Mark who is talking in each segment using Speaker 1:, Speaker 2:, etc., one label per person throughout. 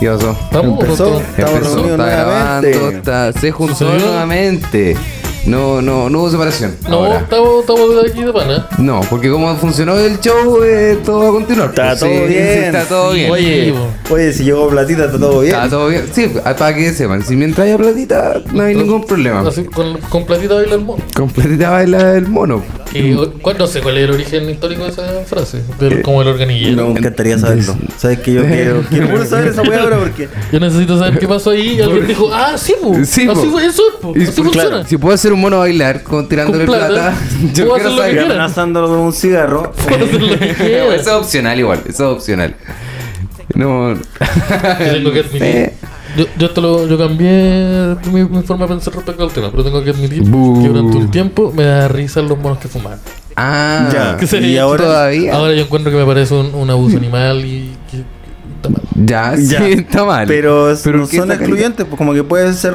Speaker 1: Dioso.
Speaker 2: Estamos
Speaker 3: Empezó.
Speaker 2: juntos.
Speaker 3: Estamos
Speaker 1: Empezó,
Speaker 3: reunidos
Speaker 1: está grabando,
Speaker 3: nuevamente.
Speaker 1: está- se juntó
Speaker 2: ¿Sucedió?
Speaker 1: nuevamente. No, no, no hubo separación.
Speaker 2: No,
Speaker 1: ahora.
Speaker 2: estamos, estamos de aquí de pana.
Speaker 1: No, porque como funcionó el show, eh, todo va a continuar.
Speaker 3: Está todo bien.
Speaker 1: está todo bien.
Speaker 2: Sí,
Speaker 3: Oye,
Speaker 2: po.
Speaker 3: oye, si llegó platita, está todo bien.
Speaker 1: Está todo bien. Sí, ah, para que sepan, si mientras haya platita, no hay ningún problema.
Speaker 2: Así, con, con platita baila el mono.
Speaker 1: Con platita baila el mono.
Speaker 2: Y, o- ¿cuál- no sé cuál es el origen histórico de esa frase. Del-
Speaker 1: Eh,
Speaker 2: como el organillero.
Speaker 3: No, me encantaría saberlo. Sabes que yo quiero, quiero puro saber esa weá ahora porque.
Speaker 2: Yo necesito saber qué pasó ahí. Y alguien dijo, ah, sí, po.
Speaker 1: Sí, po.
Speaker 2: así fue eso, po.
Speaker 1: Y- pues,
Speaker 2: Así funciona.
Speaker 1: Si puedo hacer un mono bailar con tirándole
Speaker 2: Con plata,
Speaker 1: plata, yo quiero
Speaker 2: puedo hacer lo que
Speaker 1: saber.
Speaker 3: Y
Speaker 2: quiera.
Speaker 3: amenazándolo con un cigarro.
Speaker 2: Puedo hacer lo que
Speaker 1: Eso
Speaker 2: quiera.
Speaker 1: es opcional igual, eso es opcional. No.
Speaker 2: Yo tengo que admitir. Yo, yo, esto lo, yo cambié mi, mi forma de pensar respecto al tema, pero tengo que admitir
Speaker 1: Bu.
Speaker 2: que durante un tiempo me da risa los monos que fuman.
Speaker 1: Ah,
Speaker 3: Ya.
Speaker 2: Que se-
Speaker 3: Y ahora.
Speaker 1: todavía.
Speaker 2: Ahora yo encuentro que me parece un, un abuso animal y que, que está mal.
Speaker 1: Ya,
Speaker 3: Ya.
Speaker 1: sí, está mal.
Speaker 3: Pero, no
Speaker 1: ¿qué
Speaker 3: son
Speaker 1: sacaría?
Speaker 3: excluyentes, pues como que puede ser.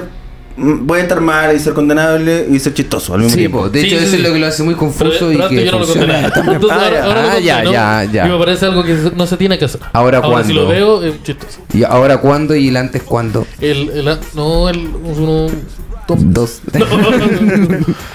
Speaker 3: mm, Puede estar mal y ser condenable y ser chistoso al mismo
Speaker 1: Sí, pues,
Speaker 3: tiempo.
Speaker 1: po, de
Speaker 2: Sí,
Speaker 1: hecho,
Speaker 2: sí,
Speaker 1: eso
Speaker 2: sí.
Speaker 1: es lo que lo hace muy
Speaker 2: Pero,
Speaker 1: confuso
Speaker 2: pero
Speaker 1: y
Speaker 2: antes
Speaker 1: que
Speaker 2: yo no lo
Speaker 1: funciona.
Speaker 2: condenaba. Entonces ahora, ahora lo
Speaker 1: Ah, ya,
Speaker 2: condeno
Speaker 1: ya, ya.
Speaker 2: Y me parece algo que no se tiene que hacer.
Speaker 1: ¿Ahora
Speaker 2: si
Speaker 1: cuándo?
Speaker 2: lo veo, es chistoso.
Speaker 1: ¿Y ahora cuándo y el antes cuándo?
Speaker 2: El, el, no, el, uno... tom-
Speaker 1: Dos.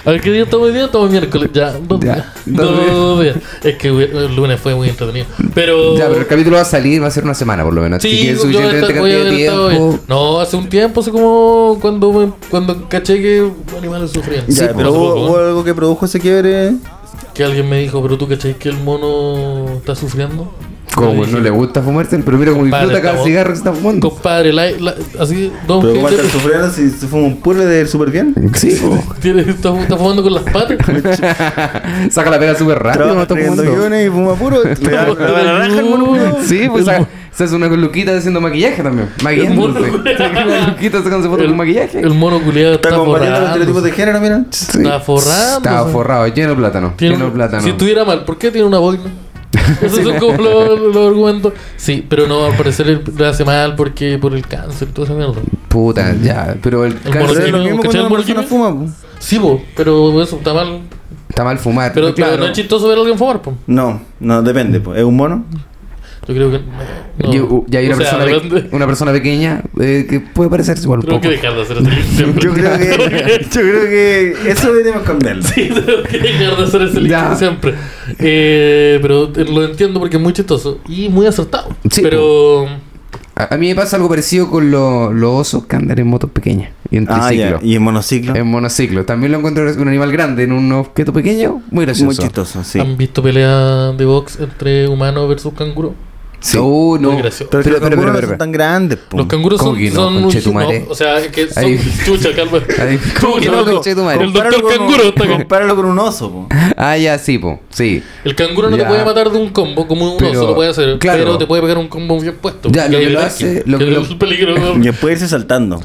Speaker 2: A ver, ¿qué día estamos hoy día? Estamos miércoles. Ya, dos
Speaker 1: Ya,
Speaker 2: días.
Speaker 1: dos
Speaker 2: Dos días. Es que el lunes fue muy entretenido. Pero...
Speaker 1: Ya, pero el capítulo va a salir, va a ser una semana por lo menos. así
Speaker 2: Sí,
Speaker 1: que es
Speaker 2: yo voy a
Speaker 1: suficientemente
Speaker 2: estar- voy a
Speaker 1: cantidad de
Speaker 2: haber estado
Speaker 1: tiempo.
Speaker 2: bien. No, hace un tiempo, así como cuando, me- cuando caché que animales sufrían.
Speaker 3: Ya,
Speaker 2: Hace
Speaker 3: pero
Speaker 1: pues,
Speaker 3: hubo,
Speaker 2: poco,
Speaker 3: hubo algo que produjo ese quiebre.
Speaker 2: Que alguien me dijo, pero tú cachai que el mono está sufriendo. Yo
Speaker 1: Como
Speaker 2: dije,
Speaker 1: no le gusta fumarse, pero mira cómo
Speaker 2: Compadre,
Speaker 1: disfruta cada
Speaker 2: estamos-
Speaker 1: cigarro que está fumando.
Speaker 2: Compadre, la, la- así, Don
Speaker 3: Pero ¿cómo
Speaker 2: Henry
Speaker 3: estar sufriendo si se fuma un puro de súper bien?
Speaker 1: Sí, po.
Speaker 2: tiene- está, está fumando con las patas.
Speaker 1: Saca la pega súper rápido, no
Speaker 3: Trabaja
Speaker 1: está
Speaker 3: escribiendo
Speaker 1: fumando.
Speaker 3: guiones y fuma puro. Le da la naranja al mono culiao.
Speaker 1: Sí, pues esa, esa es una luquita haciendo maquillaje también. Maquillándose.
Speaker 2: El mono.
Speaker 1: Una luquita sacándose fotos con maquillaje.
Speaker 2: El mono culiado está,
Speaker 3: Está combatiendo los estereotipos
Speaker 2: forrando.
Speaker 3: de género, mira.
Speaker 1: Sí.
Speaker 2: Está forrado,
Speaker 1: Está
Speaker 2: o sea.
Speaker 1: forrado, lleno de plátano.
Speaker 2: Tiene
Speaker 1: lleno de
Speaker 2: un-
Speaker 1: plátano.
Speaker 2: Si estuviera mal, ¿por qué tiene una boina? Esos son como los, los argumentos. Sí, pero no, al parecer él le hace mal porque por el cáncer y toda esa mierda.
Speaker 1: Puta, ya. Pero el
Speaker 2: El
Speaker 3: Pero
Speaker 1: cáncer
Speaker 3: es lo
Speaker 2: ¿cachai
Speaker 3: mismo cuando
Speaker 2: el
Speaker 3: una
Speaker 2: mono
Speaker 3: persona
Speaker 2: Jimmy?
Speaker 3: fuma. po.
Speaker 2: Sí, bo, pero eso está mal.
Speaker 1: está mal fumar. eh,
Speaker 2: Pero, pero no es chistoso ver a alguien fumar, po.
Speaker 3: No, no, depende. po. ¿Es un mono?
Speaker 2: Yo creo que. eh, no.
Speaker 1: Yo- ya hay una,
Speaker 2: O sea,
Speaker 1: persona, pe-
Speaker 2: depende-
Speaker 1: una persona pequeña eh, que puede parecerse igual un
Speaker 2: Tengo
Speaker 1: poco.
Speaker 2: que dejar de hacer ese chiste.
Speaker 3: Yo creo que, yo creo que eso deberíamos cambiarlo.
Speaker 2: Tengo que dejar de hacer ese
Speaker 1: Ya.
Speaker 2: chiste siempre. Eh, pero lo entiendo porque es muy chistoso y muy acertado.
Speaker 1: Sí,
Speaker 2: pero.
Speaker 1: A, a mí me pasa algo parecido con lo- los osos que andan en motos pequeñas y en
Speaker 3: Ah, ya.
Speaker 1: triciclo.
Speaker 3: ¿Y en monociclo?
Speaker 1: En monociclo. También lo encuentro un animal grande en un objeto pequeño. Muy gracioso.
Speaker 3: Muy chistoso, sí.
Speaker 2: ¿Han visto pelea de box entre humano versus canguro?
Speaker 1: Sí. Oh, no.
Speaker 2: Muy gracioso.
Speaker 3: Pero,
Speaker 1: Pero-
Speaker 3: los
Speaker 1: pero-
Speaker 3: canguros
Speaker 1: pero-
Speaker 3: no
Speaker 1: pero-
Speaker 3: son tan grandes. po.
Speaker 2: Los canguros
Speaker 1: ¿Cómo
Speaker 2: son,
Speaker 1: que no,
Speaker 2: son
Speaker 1: conchetumare?
Speaker 2: no, o sea, que son
Speaker 1: Ahí.
Speaker 2: chucha, calma.
Speaker 1: Ahí.
Speaker 2: ¿Cómo que
Speaker 1: No,
Speaker 2: no,
Speaker 1: conchetumare.
Speaker 2: El doctor
Speaker 3: Compáralo con-
Speaker 2: canguro está acá.
Speaker 3: Compáralo con un oso. po.
Speaker 1: Ah, ya, sí, po. Sí.
Speaker 2: El canguro no
Speaker 1: Ya.
Speaker 2: te puede matar de un combo como un
Speaker 1: Pero-
Speaker 2: oso lo puede hacer,
Speaker 1: claro.
Speaker 2: pero te puede pegar un combo bien puesto.
Speaker 1: Ya, lo que lo
Speaker 2: le-
Speaker 1: hace- lo que lo-
Speaker 2: es el peligro.
Speaker 3: Y después irse saltando.
Speaker 2: Sí.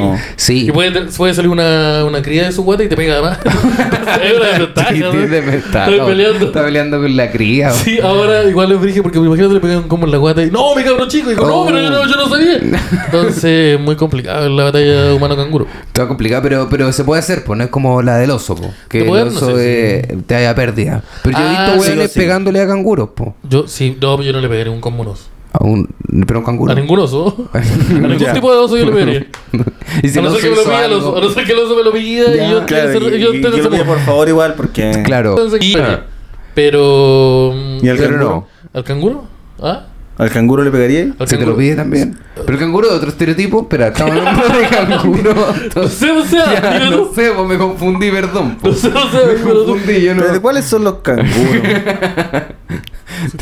Speaker 3: Como...
Speaker 1: Sí.
Speaker 2: Y puede, ter- puede salir una, una cría de su guata y te pega además. es una desventaja,
Speaker 1: Sí,
Speaker 2: ¿no?
Speaker 1: sí, de- está,
Speaker 2: Estoy
Speaker 1: no,
Speaker 2: peleando.
Speaker 1: Está peleando con la cría. po.
Speaker 2: Sí, ahora igual es brillo porque imagínate le pegan un combo en la guata y no, mi cabrón chico. Y digo,
Speaker 1: Oh.
Speaker 2: no, pero yo no, yo no sabía. Entonces, muy complicado la batalla humano-canguro.
Speaker 1: Está complicado, pero, pero se puede hacer, pues no es como la del oso, po, que
Speaker 2: ¿Te
Speaker 1: el
Speaker 2: puede? Este No
Speaker 1: oso
Speaker 2: sé,
Speaker 1: eh, te haya pérdida. Pero yo he
Speaker 2: Ah,
Speaker 1: visto
Speaker 2: sí,
Speaker 1: hueones
Speaker 3: sí.
Speaker 1: pegándole a canguros, po.
Speaker 2: Yo sí, no, yo no le pegaría un combo a un oso.
Speaker 1: A un, pero a un
Speaker 2: A
Speaker 1: canguro.
Speaker 2: ningún oso. A ningún
Speaker 3: Ya.
Speaker 2: tipo de oso yo le pegaría.
Speaker 1: y si
Speaker 2: a
Speaker 1: el
Speaker 2: no
Speaker 1: oso
Speaker 2: ser que me lo
Speaker 1: hizo
Speaker 2: pida el oso. A
Speaker 1: algo,
Speaker 2: no ser que el oso me lo pida
Speaker 1: Ya.
Speaker 2: y yo quiero
Speaker 3: Claro,
Speaker 2: ser-
Speaker 3: y,
Speaker 2: yo
Speaker 3: y-
Speaker 2: quiero
Speaker 3: yo
Speaker 2: ser
Speaker 3: lo pido
Speaker 2: como-
Speaker 3: por favor igual porque...
Speaker 1: Claro.
Speaker 2: Entonces,
Speaker 1: Y-
Speaker 2: pegaría. Pero.
Speaker 3: ¿Y al
Speaker 1: Pero
Speaker 3: canguro?
Speaker 1: no.
Speaker 2: ¿Al canguro? ¿Ah?
Speaker 3: ¿Al canguro le pegaría?
Speaker 2: ¿Al
Speaker 1: Se te lo
Speaker 2: canguro?
Speaker 1: pide también. Pero el canguro es otro estereotipo. Espera, estamos hablando de canguro.
Speaker 2: No
Speaker 1: Entonces,
Speaker 2: sé, o sea,
Speaker 1: ya,
Speaker 2: mira
Speaker 1: no
Speaker 2: tú.
Speaker 1: sé, po, me confundí, perdón. po.
Speaker 2: No sé, o sea,
Speaker 1: Pues, Me
Speaker 2: mira tú.
Speaker 1: confundí, yo no.
Speaker 3: ¿Pero de cuáles son los canguros?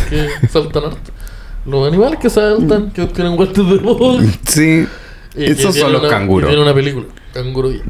Speaker 2: Que saltan harto. Los animales que saltan, que tienen guantes de voz.
Speaker 1: Sí. Esos son los canguros.
Speaker 2: Tienen una película, Canguro Villa.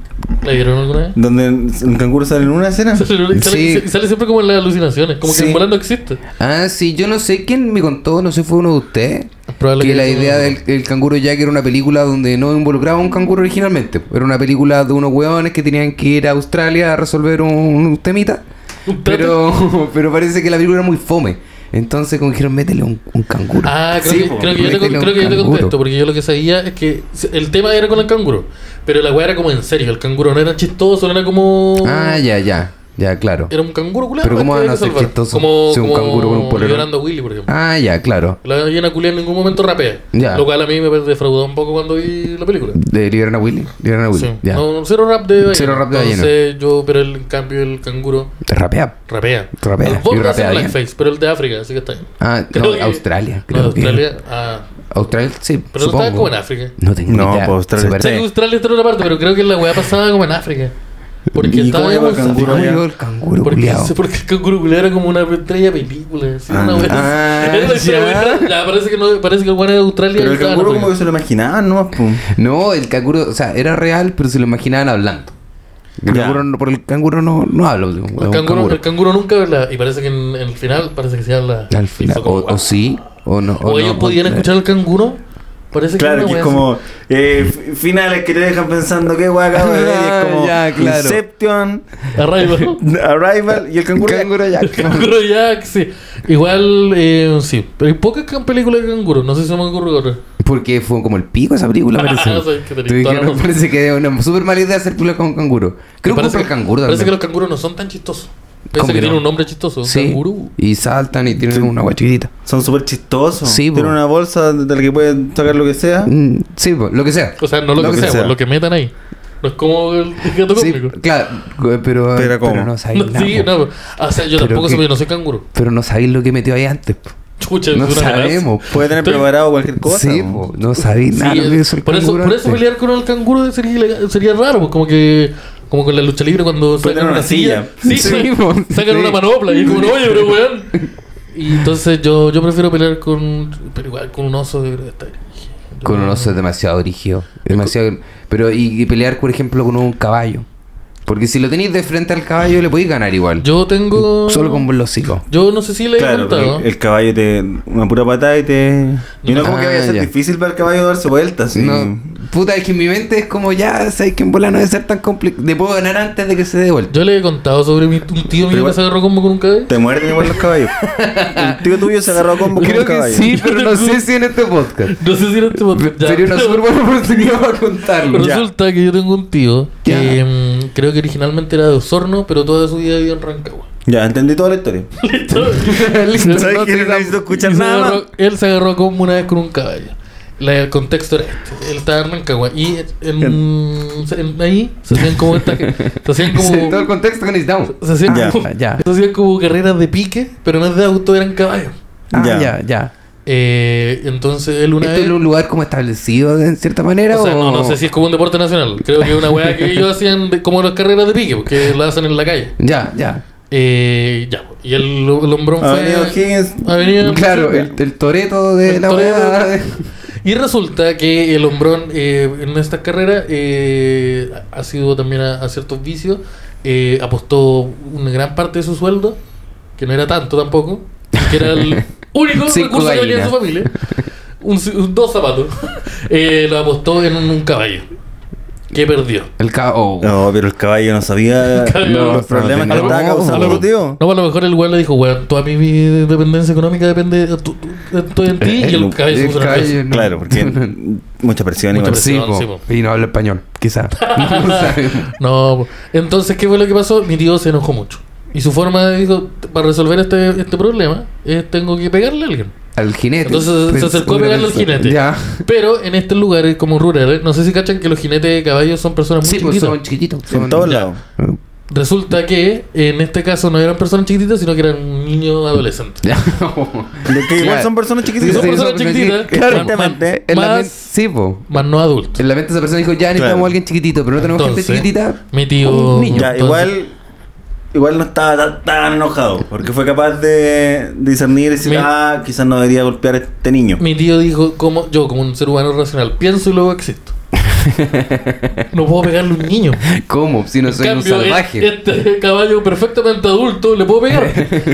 Speaker 2: ¿La vieron alguna vez?
Speaker 3: ¿Donde un canguro sale en una escena?
Speaker 1: Sí.
Speaker 2: Sale, sale- sale siempre como en las alucinaciones, como
Speaker 3: Sí.
Speaker 2: que en volar no existe.
Speaker 1: Ah, sí, yo no sé quién me contó, no sé, fue uno de ustedes.
Speaker 2: Probable
Speaker 1: Que
Speaker 2: que
Speaker 1: la
Speaker 2: haya sido
Speaker 1: idea
Speaker 2: uno.
Speaker 1: del el canguro Jack era una película donde no involucraba a un canguro originalmente. Era una película de unos hueones que tenían que ir a Australia a resolver un, un temita.
Speaker 2: Un trato.
Speaker 1: Pero, pero parece que la película era muy fome. Entonces, como dijeron, métele un, un canguro.
Speaker 2: Ah, creo,
Speaker 3: Sí,
Speaker 2: que,
Speaker 3: po,
Speaker 2: creo que yo te,
Speaker 1: métele un
Speaker 2: creo que yo te
Speaker 1: canguro.
Speaker 2: contesto, porque yo lo que sabía es que se- el tema era con el canguro, pero la weá era como en serio, el canguro no era chistoso, no era como...
Speaker 1: Ah, ya, ya. Ya, claro.
Speaker 2: Era un canguro culiado.
Speaker 1: Pero ¿cómo van
Speaker 2: este
Speaker 1: a
Speaker 2: hay que
Speaker 1: ser
Speaker 2: salvar.
Speaker 1: chistosos
Speaker 2: Como,
Speaker 1: si un
Speaker 2: como
Speaker 1: canguro con un polero?
Speaker 2: Yolanda Willy, por ejemplo.
Speaker 1: Ah, ya, claro.
Speaker 2: La llena culia en ningún momento rapea.
Speaker 1: Ya.
Speaker 2: Lo cual a mí me defraudó un poco cuando vi la película.
Speaker 1: De Liberan a Willy. Liberan a Willy.
Speaker 2: Sí.
Speaker 1: Ya.
Speaker 2: No, cero rap de ballena.
Speaker 1: Cero rap de ballena.
Speaker 2: Entonces, yo, pero el, en cambio el canguro
Speaker 1: Te rapea.
Speaker 2: rapea.
Speaker 1: Rapea,
Speaker 2: El Bob
Speaker 1: y
Speaker 2: no hace
Speaker 1: rapea bien.
Speaker 2: blackface, pero el de África, así que está bien.
Speaker 1: Ah,
Speaker 2: Creo
Speaker 1: no,
Speaker 2: que-
Speaker 1: Australia.
Speaker 2: No,
Speaker 1: Creo que-
Speaker 2: Australia. Ah,
Speaker 1: Australia, sí.
Speaker 2: pero
Speaker 1: supongo.
Speaker 2: no estaba como en África.
Speaker 1: No tengo ni
Speaker 3: No,
Speaker 1: idea.
Speaker 3: pues, Australia
Speaker 1: Se parece-
Speaker 2: Sé que Australia está en otra parte, pero creo que la weá pasaba como en África. Porque
Speaker 3: ¿Y
Speaker 2: estaba
Speaker 3: cómo llama
Speaker 2: como en
Speaker 3: el canguro
Speaker 1: ¿Cómo
Speaker 3: allá?
Speaker 1: llegó el canguro
Speaker 2: Porque,
Speaker 1: culiao?
Speaker 2: porque el canguro culiao era como una estrella de película. así, una
Speaker 3: Ah,
Speaker 2: wea-
Speaker 3: ah,
Speaker 2: era una historia
Speaker 3: ya.
Speaker 2: muy rara. Ya, parece que, no, parece que el weón era de Australia.
Speaker 3: Pero
Speaker 2: y
Speaker 3: el
Speaker 2: estaba en
Speaker 3: canguro
Speaker 2: África.
Speaker 3: como que se lo imaginaban, ¿no? Pum.
Speaker 1: No, el canguro, o sea, era real, pero se lo imaginaban hablando. El
Speaker 3: Ya.
Speaker 1: canguro, no- por el canguro no, no habla. El
Speaker 2: El canguro, el canguro nunca habla. Y parece que en, en el final parece que se habla.
Speaker 1: Al
Speaker 2: Y
Speaker 1: final,
Speaker 2: fue como,
Speaker 1: o,
Speaker 2: "Guau".
Speaker 1: o sí, o no.
Speaker 2: O,
Speaker 1: no, pues,
Speaker 2: ellos podían
Speaker 1: no.
Speaker 2: escuchar al canguro. Parece que era
Speaker 3: Claro,
Speaker 2: una
Speaker 3: que es
Speaker 2: wea
Speaker 3: como eh, f- finales que te dejan pensando qué guay acabo de ver. y es como
Speaker 1: Ah, Ya, claro.
Speaker 3: Inception,
Speaker 2: así. Arrival.
Speaker 3: Arrival y el canguro.
Speaker 1: Canguro Jack.
Speaker 2: Canguro Jack, sí. Igual, eh, sí. Pero hay pocas can- películas de canguro. No sé si se me ocurre ahora.
Speaker 1: Porque fue como el pico esa película, parece.
Speaker 2: Ah, sabes que
Speaker 1: Te
Speaker 2: tenés toda la
Speaker 1: dijeron,
Speaker 2: razón.
Speaker 1: parece que es una súper mala idea hacer películas con canguro. Creo que
Speaker 2: Y parece
Speaker 1: fue el canguro
Speaker 2: Parece que
Speaker 1: también.
Speaker 2: los canguros no son tan chistosos.
Speaker 1: ¿Cómo
Speaker 2: Parece
Speaker 1: que
Speaker 2: que tienen
Speaker 1: no?
Speaker 2: un nombre chistoso.
Speaker 1: Sí,
Speaker 2: Canguro.
Speaker 1: y saltan y tienen una guachirita.
Speaker 3: Son súper chistosos.
Speaker 1: Sí,
Speaker 3: Tienen
Speaker 1: po.
Speaker 3: una bolsa de la que pueden sacar lo que sea.
Speaker 1: Mm, sí, po, lo que sea.
Speaker 2: O sea, no lo,
Speaker 3: Lo
Speaker 2: que,
Speaker 3: que
Speaker 2: sea,
Speaker 3: sea.
Speaker 2: lo que metan ahí. No es como el gato
Speaker 1: Sí,
Speaker 2: cósmico.
Speaker 1: claro, pero, pero,
Speaker 3: Pero ¿cómo?
Speaker 1: no sabéis
Speaker 2: No,
Speaker 1: nada,
Speaker 2: sí,
Speaker 1: po.
Speaker 2: no. O sea, yo
Speaker 1: Pero
Speaker 2: tampoco
Speaker 1: que-
Speaker 2: soy, yo no soy canguro.
Speaker 1: Pero no sabéis lo que metió ahí antes. po.
Speaker 2: Chucha, es
Speaker 1: No
Speaker 2: una amenaza.
Speaker 1: sabemos. pues. po.
Speaker 3: Puede tener
Speaker 2: Estoy-
Speaker 3: preparado cualquier cosa.
Speaker 1: Sí,
Speaker 3: po.
Speaker 1: po, no sabéis
Speaker 2: Sí,
Speaker 1: nada lo que
Speaker 2: es-
Speaker 1: hizo el
Speaker 2: por, eso,
Speaker 1: canguro
Speaker 2: por eso
Speaker 1: antes.
Speaker 2: pelear con el canguro sería, ilegal- sería raro, pues, como que como con la lucha libre cuando
Speaker 3: Poner
Speaker 2: sacan
Speaker 3: una
Speaker 2: una silla.
Speaker 3: silla.
Speaker 2: Sí,
Speaker 1: Sí,
Speaker 2: pues,
Speaker 1: po,
Speaker 2: sacan
Speaker 1: sí.
Speaker 2: una manopla y es como, oye, pero weón. Y entonces yo, yo prefiero pelear con pero igual con un oso de verdad. está bien. Yo-
Speaker 1: Con un oso es demasiado rígido. Demasiado... Pero y, y pelear, por ejemplo, con un caballo. Porque si lo tenéis de frente al caballo, le podéis ganar igual.
Speaker 2: Yo tengo
Speaker 1: Solo con los hocico.
Speaker 2: Yo no sé si le he
Speaker 3: Claro,
Speaker 2: contado.
Speaker 3: porque el caballo te. Una pura patada y te. Y uno como
Speaker 1: Ah,
Speaker 3: que vaya a ser
Speaker 1: ya.
Speaker 3: difícil para el caballo darse vueltas. sí.
Speaker 1: No, puta, es que en mi mente es como ya, sabes que en bola no debe ser tan complicado. Le puedo ganar antes de que se dé vuelta.
Speaker 2: Yo le he contado sobre mi, un tío mío que
Speaker 3: igual-
Speaker 2: se agarró como con un caballo.
Speaker 3: Te muerden igual los caballos. El tío tuyo se agarró a combo con
Speaker 1: Creo
Speaker 3: un
Speaker 1: que
Speaker 3: caballo.
Speaker 1: sí, pero no sé si en este podcast.
Speaker 2: No sé si era este podcast. ya.
Speaker 1: Sería una
Speaker 2: Pero-
Speaker 1: súper buena oportunidad para contarlo.
Speaker 3: Ya.
Speaker 2: Resulta que yo tengo un tío que
Speaker 1: Ya.
Speaker 2: mm, creo que originalmente era de Osorno, pero toda su vida vivió en Rancagua.
Speaker 3: Ya, entendí toda la historia.
Speaker 1: Listo,
Speaker 3: ¿Sabes
Speaker 1: no
Speaker 3: que
Speaker 1: te
Speaker 3: no
Speaker 1: da-
Speaker 3: necesito
Speaker 2: Y
Speaker 3: escuchar
Speaker 2: se
Speaker 3: nada
Speaker 2: agarró-
Speaker 3: más?
Speaker 2: él se agarró como una vez con un caballo. La- el contexto era este. Él estaba en Rancagua y en, en- ahí se hacían como esta- se hacían como
Speaker 1: Sí, Todo el contexto que necesitamos.
Speaker 2: se hacían
Speaker 3: Ya,
Speaker 2: como-
Speaker 1: ya.
Speaker 2: se hacían como carreras de pique, pero no es de auto, eran caballos.
Speaker 1: Ah,
Speaker 3: Ya.
Speaker 1: ya, ya.
Speaker 2: Eh, entonces él una
Speaker 1: ¿Esto
Speaker 2: vez
Speaker 1: es un lugar como establecido de- en cierta manera?
Speaker 2: O sea, no, no sé
Speaker 1: o-
Speaker 2: si es como un deporte nacional. Creo que es una weá que ellos hacían de- como las carreras de pique, porque la hacen en la calle.
Speaker 1: Ya, ya.
Speaker 2: Eh, ya, po. y el, el hombrón fue.
Speaker 3: Avenida O'Higgins.
Speaker 2: Avenida-
Speaker 1: Claro, el, el toreto de
Speaker 2: El
Speaker 1: la
Speaker 2: Toreto.
Speaker 1: weá.
Speaker 2: Y resulta que el hombrón eh, en esta carrera eh, ha sido también a, a ciertos vicios. eh, apostó una gran parte de su sueldo, que no era tanto tampoco, que era el único
Speaker 1: Cinco
Speaker 2: recurso que tenía en
Speaker 1: gallinas.
Speaker 2: su familia. Un ci- un- dos zapatos. Eh, lo apostó en un caballo. Que perdió.
Speaker 1: El ca- oh.
Speaker 3: No, pero el caballo no sabía
Speaker 2: caballo no
Speaker 3: los problemas
Speaker 1: tenía-
Speaker 3: que estaba
Speaker 1: No,
Speaker 3: causando
Speaker 1: no.
Speaker 3: tu tío.
Speaker 2: No, a lo mejor el weón le dijo, weón, toda mi mi dependencia económica depende de tu- tu- estoy en ti. Y el caballo se
Speaker 1: El
Speaker 2: puso nervioso.
Speaker 1: caballo, no.
Speaker 3: Claro, porque mucha presión
Speaker 2: Mucha
Speaker 3: igual.
Speaker 1: Sí,
Speaker 2: Presión,
Speaker 1: po.
Speaker 2: sí, po.
Speaker 1: Y no habla español, quizá. No sabemos.
Speaker 2: No, po. entonces, ¿qué fue lo que pasó? Mi tío se enojó mucho. Y su forma de, dijo, para resolver este, este problema, es tengo que pegarle a alguien.
Speaker 1: Al jinete. Pues,
Speaker 2: Entonces, se acercó a pegarle al jinete.
Speaker 1: Ya.
Speaker 2: Pero en estos lugares como rurales, no sé si cachan que los jinetes de caballos son personas muy
Speaker 1: Sí, pues
Speaker 2: chiquititas.
Speaker 1: son chiquititos.
Speaker 3: En
Speaker 1: Son...
Speaker 3: todos lados.
Speaker 2: Resulta que en este caso no eran personas chiquititas, sino que eran niños adolescentes.
Speaker 1: Ya.
Speaker 3: De que igual
Speaker 1: Claro.
Speaker 3: son personas
Speaker 1: Sí,
Speaker 3: chiquititas.
Speaker 2: son
Speaker 1: sí,
Speaker 2: personas
Speaker 1: son-
Speaker 2: chiquititas,
Speaker 1: sí,
Speaker 2: claro,
Speaker 3: Evidentemente.
Speaker 1: En la
Speaker 2: Más-
Speaker 1: mente, sí, po.
Speaker 2: más no adultos.
Speaker 1: En la mente esa persona dijo, ya necesitamos
Speaker 3: Claro.
Speaker 1: a alguien chiquitito, pero no tenemos
Speaker 2: Entonces,
Speaker 1: gente chiquitita.
Speaker 2: mi tío-
Speaker 1: Un niño.
Speaker 3: Ya,
Speaker 2: Entonces-
Speaker 3: igual. Igual no estaba tan, tan enojado. Porque fue capaz de discernir y decir,
Speaker 2: Mi-
Speaker 3: ah, quizás no debería golpear a este niño.
Speaker 2: Mi tío dijo, como yo, como un ser humano racional, pienso y luego existo. no puedo pegarle a un niño.
Speaker 1: ¿Cómo? Si no soy
Speaker 2: En
Speaker 1: un
Speaker 2: cambio,
Speaker 1: salvaje.
Speaker 2: Este, este caballo perfectamente adulto le puedo pegar.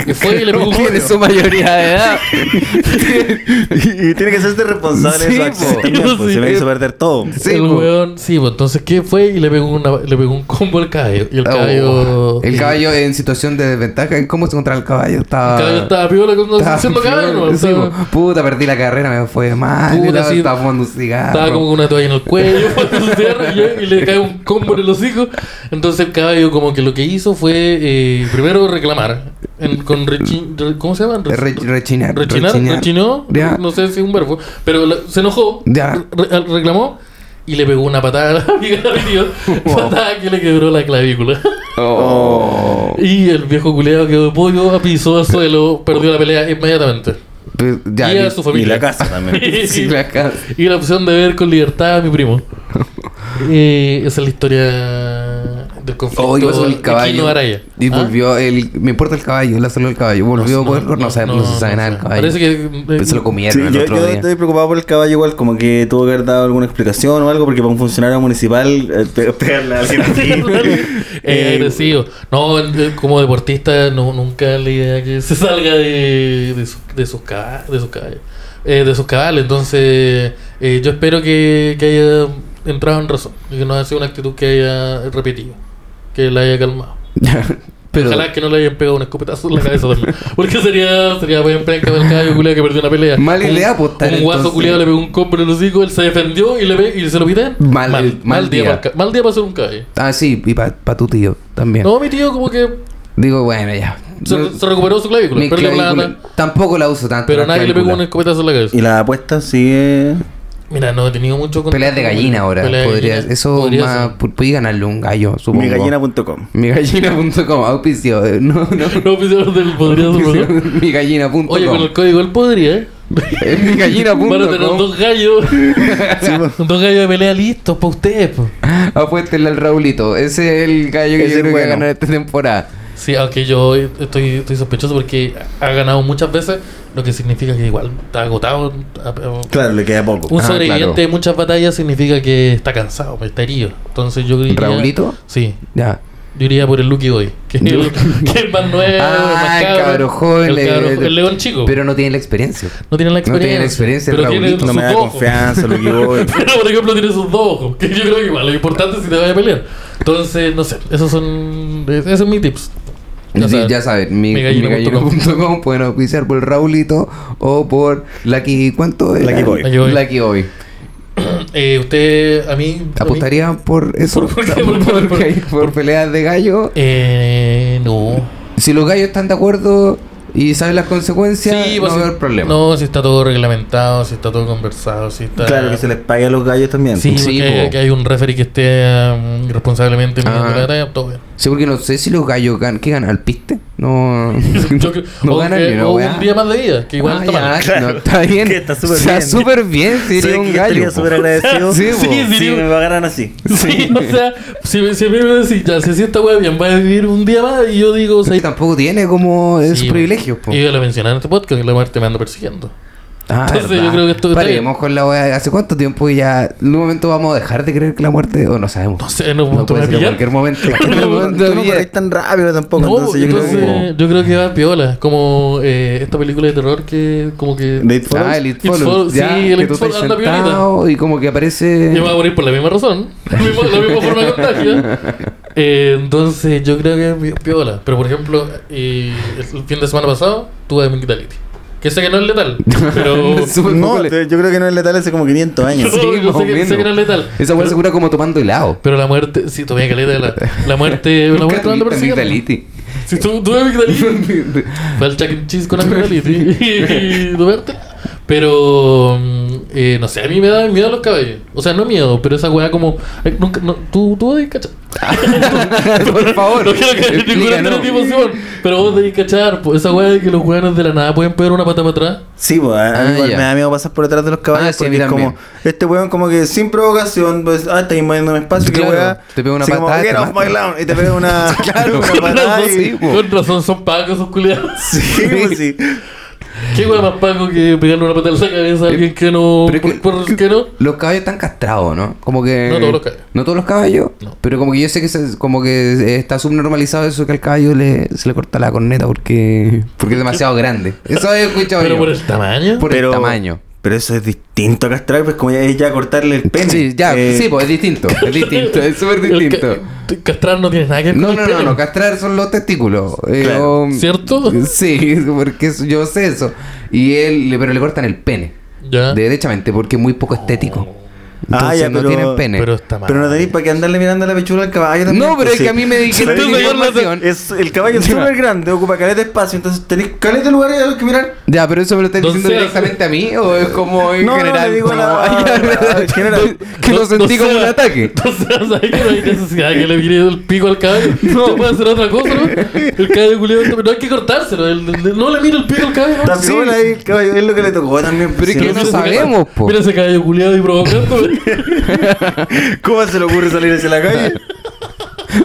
Speaker 2: Y fue y le pegó un
Speaker 1: Tiene
Speaker 2: cuerno.
Speaker 1: su mayoría de edad.
Speaker 3: y, y tiene que hacerse responsable de
Speaker 1: Sí,
Speaker 3: su
Speaker 1: po.
Speaker 3: acción también, pues,
Speaker 2: Sí.
Speaker 3: se me hizo perder todo.
Speaker 1: Sí,
Speaker 2: el
Speaker 1: po.
Speaker 2: weón, sí, pues entonces, ¿qué fue? Y le pegó, una, le pegó un combo al caballo. Y el caballo.
Speaker 1: Oh, el caballo en situación de desventaja. ¿Cómo se encontraba el caballo?
Speaker 2: El
Speaker 1: Estaba.
Speaker 2: caballo estaba piola cuando
Speaker 1: estaba
Speaker 2: haciendo caballo.
Speaker 1: peor.
Speaker 2: ¿no?
Speaker 1: Sí,
Speaker 2: Estaba-
Speaker 1: po. Puta, perdí la carrera, me fue mal.
Speaker 2: Puta,
Speaker 1: estaba,
Speaker 2: sí.
Speaker 1: estaba fumando un cigarro.
Speaker 2: Estaba como con una toalla en el cuello. parte de su cierre y, yo- y le cae un combo en el hocico. Entonces el caballo como que lo que hizo fue eh, primero reclamar. en- con rechin- re- ¿Cómo se llama?
Speaker 1: Re- rechinar,
Speaker 2: Rechinar.
Speaker 1: rechinar.
Speaker 2: Rechinó.
Speaker 1: Ya.
Speaker 2: No sé si es un verbo. Pero la- se enojó.
Speaker 1: Ya.
Speaker 2: re- reclamó. Y le pegó una patada a la amiga del tío. Patada que le quebró la clavícula.
Speaker 1: Oh.
Speaker 2: Y el viejo culeado quedó de pollo, apisó al suelo, perdió la pelea inmediatamente.
Speaker 1: Pues, ya,
Speaker 2: y
Speaker 1: li-
Speaker 2: a su
Speaker 3: Y
Speaker 2: familia.
Speaker 3: la casa también.
Speaker 1: sí, la casa.
Speaker 2: Y la opción de ver con libertad a mi primo. Eh, esa es la historia del conflicto.
Speaker 1: Oh, y pasó el
Speaker 2: Equino
Speaker 1: caballo.
Speaker 2: Araya.
Speaker 1: Y
Speaker 2: ¿Ah?
Speaker 1: volvió el. Me importa el caballo, la solo el caballo. Volvió a poder- no, sabe- no se sabe nada del
Speaker 2: sé.
Speaker 1: caballo.
Speaker 2: Parece que. eh,
Speaker 1: Pues se lo comieron
Speaker 3: Sí,
Speaker 1: el
Speaker 3: yo,
Speaker 1: otro
Speaker 3: yo
Speaker 1: día.
Speaker 3: estoy preocupado por el caballo igual, como que tuvo que haber dado alguna explicación o algo, porque para un funcionario municipal eh, pe- pegarle a alguien así.
Speaker 2: eh, agresivo. No, eh, como deportista, no, nunca la idea que se salga de, de, sus- de sus cabales. De sus cabales. Eh, de sus cabales. Entonces, eh, yo espero que, que haya entrado en razón. Y que no haya sido una actitud que haya repetido. Que la haya calmado.
Speaker 1: Pero,
Speaker 2: Ojalá que no le hayan pegado un escopetazo en la cabeza también. Porque sería, sería buen penca del caballo culiao que perdió una pelea.
Speaker 1: Mala
Speaker 2: Un-
Speaker 1: idea, pues, tal,
Speaker 2: Un guaso
Speaker 1: entonces.
Speaker 2: culiado le pegó un combo en el hocico, él se defendió y, le pe- y se lo piden.
Speaker 1: Mal- mal día.
Speaker 2: para el ca- mal día para ser un caballo.
Speaker 1: ah, sí, y para tu tío también.
Speaker 2: No, mi tío como que
Speaker 1: Digo, bueno, ya.
Speaker 2: se,
Speaker 1: No-
Speaker 2: se recuperó su clavícula,
Speaker 1: mi
Speaker 2: perdió
Speaker 1: clavícula-
Speaker 2: plata,
Speaker 1: Tampoco la uso tanto.
Speaker 2: pero
Speaker 1: la
Speaker 2: nadie le pegó
Speaker 1: clavícula.
Speaker 2: un escopetazo en la cabeza.
Speaker 3: y la apuesta sigue.
Speaker 2: Mira, no he tenido mucho contacto
Speaker 1: Peleas de
Speaker 2: con-
Speaker 1: gallina ahora.
Speaker 2: peleas de
Speaker 1: Podría,
Speaker 2: gallina.
Speaker 1: eso
Speaker 2: Podría
Speaker 1: más,
Speaker 2: ser.
Speaker 1: pu- podía ganarle un gallo, supongo.
Speaker 3: Migallina.com.
Speaker 1: Migallina.com, auspicio. eh, No, no.
Speaker 2: No, oficial del podría ser, ¿no?
Speaker 1: Migallina.com.
Speaker 2: Oye, con el código él podría, ¿eh?
Speaker 1: Eh,
Speaker 2: Van a tener
Speaker 1: Migallina.com.
Speaker 2: dos gallos. dos gallos de pelea listos para ustedes, pues.
Speaker 1: Apuéstenle al Raulito. Ese es el gallo que
Speaker 3: Ese
Speaker 1: yo creo que va a
Speaker 3: bueno.
Speaker 1: ganar esta temporada.
Speaker 2: Sí, aunque yo estoy, estoy sospechoso porque ha ganado muchas veces, lo que significa que igual está agotado.
Speaker 3: Claro, le queda poco.
Speaker 2: Un
Speaker 1: Ah,
Speaker 2: sobreviviente
Speaker 1: claro.
Speaker 2: de muchas batallas significa que está cansado, pues, está herido. Entonces yo diría...
Speaker 1: ¿Raulito?
Speaker 2: Sí,
Speaker 1: Ya.
Speaker 2: yo iría por el Lucky Boy, que es el, que es más nuevo,
Speaker 1: Ah,
Speaker 2: más
Speaker 1: el cabro joven.
Speaker 2: Eh, el,
Speaker 1: le-
Speaker 2: cabro-
Speaker 1: le-
Speaker 2: el león chico.
Speaker 1: Pero no tiene la experiencia.
Speaker 2: no tiene la
Speaker 1: no
Speaker 2: experiencia.
Speaker 1: tiene la experiencia el
Speaker 2: pero tiene
Speaker 1: Raulito.
Speaker 3: No
Speaker 2: sus
Speaker 3: me da
Speaker 2: ojos.
Speaker 3: confianza, lo que voy.
Speaker 2: Pero por ejemplo tiene sus dos ojos, que yo creo que igual lo importante es si te vaya a pelear. Entonces, no sé, esos son, esos son mis tips.
Speaker 1: Ya,
Speaker 2: Ya
Speaker 1: sí,
Speaker 2: saben.
Speaker 1: ya saben, mi,
Speaker 2: Migallina.com.
Speaker 1: migallina.com pueden auspiciar por el Raulito o por Lucky. ¿Cuánto era?
Speaker 3: Lucky Boy.
Speaker 2: Lucky Boy.
Speaker 1: Lucky Boy.
Speaker 2: Eh, usted, a mí... a mí-
Speaker 1: ¿Apostaría por eso?
Speaker 2: ¿Por qué?
Speaker 1: ¿Por,
Speaker 2: ¿Por- por-
Speaker 1: por- por peleas de gallo?
Speaker 2: Eh, no.
Speaker 1: Si los gallos están de acuerdo y saben las consecuencias, no
Speaker 2: pues,
Speaker 1: va a
Speaker 2: si-
Speaker 1: haber problema.
Speaker 2: No, si está todo reglamentado, si está todo conversado, si está...
Speaker 3: Claro, que se les pague a los gallos también.
Speaker 2: Sí,
Speaker 1: Sí,
Speaker 2: que,
Speaker 1: po. Ah.
Speaker 2: que hay un referee que esté um, responsablemente
Speaker 1: Ajá.
Speaker 2: midiendo la batalla, todo bien.
Speaker 1: Sí, porque no sé si los gallos ganan. ¿Qué ganan? ¿Al piste? No.
Speaker 2: Yo creo-
Speaker 1: no
Speaker 2: o
Speaker 1: ganan
Speaker 2: que-
Speaker 1: ni una
Speaker 2: o
Speaker 1: weá.
Speaker 2: un día más de vida, que igual
Speaker 1: Ah,
Speaker 2: está
Speaker 1: ya,
Speaker 2: mal.
Speaker 1: no, está bien.
Speaker 3: Que está súper
Speaker 1: Está
Speaker 3: bien.
Speaker 1: súper bien, sería
Speaker 3: Soy
Speaker 1: un
Speaker 3: que
Speaker 1: gallo.
Speaker 3: Estaría
Speaker 1: po.
Speaker 3: súper agradecido.
Speaker 1: Sí,
Speaker 2: Sí, pues,
Speaker 1: po.
Speaker 2: sí.
Speaker 3: Si me pagaran así.
Speaker 2: Sí, o sea, si, si a mí me decís, ya, si esta wea bien, va a vivir un día más, y yo digo, o sea,
Speaker 1: Que tampoco tiene como esos
Speaker 2: sí,
Speaker 1: privilegios, po.
Speaker 2: Y yo lo mencioné en este podcast, que la muerte me anda persiguiendo.
Speaker 1: Ah,
Speaker 2: entonces
Speaker 1: verdad.
Speaker 2: yo creo que esto está
Speaker 1: Paremos con la weá. ¿Hace cuánto tiempo que ya en un momento vamos a dejar de creer que la muerte o no sabemos?
Speaker 2: No sé, no,
Speaker 1: No
Speaker 2: no
Speaker 1: puede
Speaker 2: me
Speaker 1: ser, en
Speaker 2: pillar.
Speaker 1: cualquier momento.
Speaker 3: Tú
Speaker 1: En algún
Speaker 3: no,
Speaker 1: momento
Speaker 3: tú no
Speaker 1: ya-
Speaker 3: corres tan rápido tampoco.
Speaker 2: No,
Speaker 3: entonces yo creo que.
Speaker 2: entonces, yo creo que va piola, como eh, esta película de terror que como que
Speaker 3: Nate Follows.
Speaker 1: Ah, el It
Speaker 2: It
Speaker 1: Follows.
Speaker 2: Follows,
Speaker 1: Ya,
Speaker 2: sí, el
Speaker 1: que
Speaker 2: It
Speaker 1: tú estás
Speaker 2: Follows anda violita.
Speaker 1: sentado y como que aparece...
Speaker 2: Yo me voy a morir por la misma razón. La misma, la misma forma de contagio. Eh, entonces, yo creo que es pi- piola. Pero, por ejemplo, eh, el fin de semana pasado tuve Meningitis. Que sé que no es letal, pero...
Speaker 1: Es súper
Speaker 3: No,
Speaker 1: popular.
Speaker 3: te- yo creo que no es letal hace como 500 años.
Speaker 1: Sí,
Speaker 2: yo
Speaker 1: más o
Speaker 2: sé, que, sé que no es
Speaker 1: menos.
Speaker 2: letal.
Speaker 1: Esa weá
Speaker 2: pero,
Speaker 1: se cura como tomando helado.
Speaker 2: pero la muerte... Sí, tomé caleta. La, la muerte... la
Speaker 1: Nunca
Speaker 2: muerte no anda
Speaker 1: tuviste
Speaker 2: persiguiendo.
Speaker 1: amigdalitis.
Speaker 2: Si tú tuve amigdalitis. Fue el check and cheese con amigdalitis. y tuverte. Pero... mm, Eh, no sé, a mí me da miedo los cabellos. O sea, no miedo, pero esa weá como... ay, nunca, no, tú, tú, ay, cacha-
Speaker 1: Por favor.
Speaker 2: No quiero caer en ningún
Speaker 1: explícanos.
Speaker 2: estereotipo, Simón. Pero vos tenés que cachar, po, esa weá de que los weones de la nada pueden pegar una pata para atrás.
Speaker 3: Sí, pues, a- a mí
Speaker 1: Ah,
Speaker 3: igual
Speaker 1: ya.
Speaker 3: me da miedo pasar por detrás de los caballos
Speaker 1: Ah, sí, a mí
Speaker 3: porque es como, este weón como que sin provocación, pues, ah, está invadiendo mi espacio,
Speaker 1: Claro,
Speaker 3: qué weá.
Speaker 1: te pega una
Speaker 3: Así como,
Speaker 1: patada,
Speaker 3: "Get
Speaker 1: te
Speaker 3: off
Speaker 1: mata.
Speaker 3: my lawn", y te pega una,
Speaker 1: Claro,
Speaker 3: una
Speaker 1: con
Speaker 2: Con
Speaker 3: patada
Speaker 2: razón,
Speaker 3: y-
Speaker 1: sí, po.
Speaker 2: con razón son pacos esos culiados.
Speaker 3: Sí, pues, sí.
Speaker 2: Qué weá más paco que pegarle una pata en la cabeza a alguien que no.
Speaker 1: Eh, Pero es
Speaker 2: por,
Speaker 1: que-
Speaker 2: por- que no.
Speaker 1: Los caballos están castrados, ¿no? Como que...
Speaker 2: No todos los caballos.
Speaker 1: No todos los caballos,
Speaker 2: No.
Speaker 1: Pero como que yo sé que se- como que eh, está subnormalizado eso que al caballo le, se le corta la corneta porque... Porque es demasiado grande. Eso he escuchado
Speaker 2: Pero
Speaker 1: yo.
Speaker 2: por el tamaño.
Speaker 1: Por el tamaño.
Speaker 3: Pero eso es distinto a castrar, pues como ya es ya cortarle el pene.
Speaker 1: Sí, ya,
Speaker 3: Eh,
Speaker 1: sí, pues es distinto. Es distinto, es súper
Speaker 2: El ca-
Speaker 1: distinto.
Speaker 2: t- castrar no tiene nada que ver
Speaker 1: No,
Speaker 2: con
Speaker 1: no,
Speaker 2: el
Speaker 1: no,
Speaker 2: pene.
Speaker 1: no, castrar son los testículos. eh,
Speaker 3: Claro.
Speaker 1: o-
Speaker 2: ¿Cierto?
Speaker 1: Sí, porque eso- yo sé eso. Y él, le- pero le cortan el pene,
Speaker 2: Ya.
Speaker 1: derechamente, porque es muy poco estético. Entonces
Speaker 3: Ah, ya,
Speaker 1: no
Speaker 3: pero-
Speaker 1: tienen pene.
Speaker 2: Pero está mal.
Speaker 3: Pero no tenéis para que andarle mirando la pechura al caballo también.
Speaker 1: no, pero
Speaker 3: pues,
Speaker 1: es que
Speaker 3: sí.
Speaker 1: a mí me dijeron
Speaker 2: Tú,
Speaker 1: esa
Speaker 2: señor, no te-
Speaker 1: información.
Speaker 3: Es, el caballo es
Speaker 2: Encima.
Speaker 3: súper grande, ocupa caleta de espacio, entonces tenéis caleta de lugares a los que mirar.
Speaker 1: Ya, pero eso me lo estás
Speaker 2: Entonces-
Speaker 1: diciendo directamente a mí o es como en
Speaker 3: No, no,
Speaker 1: general.
Speaker 3: le digo a la-
Speaker 1: Como,
Speaker 3: a-
Speaker 1: ya,
Speaker 3: a- en general.
Speaker 1: que lo sentí como un ataque.
Speaker 2: Entonces, ¿sabes que no hay necesidad de que le mire el pico al caballo? No. Puede hacer otra cosa, ¿no? El caballo culiado, pero no hay que cortárselo. el- el- no le mire el pico al caballo. ¿no?
Speaker 3: Está
Speaker 1: Sí.
Speaker 3: piola ahí el caballo, es lo que le tocó también.
Speaker 1: Pero
Speaker 3: pues,
Speaker 1: es que
Speaker 3: no
Speaker 1: no
Speaker 2: Mira ese-
Speaker 1: sabemos, po.
Speaker 2: Mira ese caballo culiado y provocando.
Speaker 3: sé- ¿Cómo se le ocurre salir hacia la calle?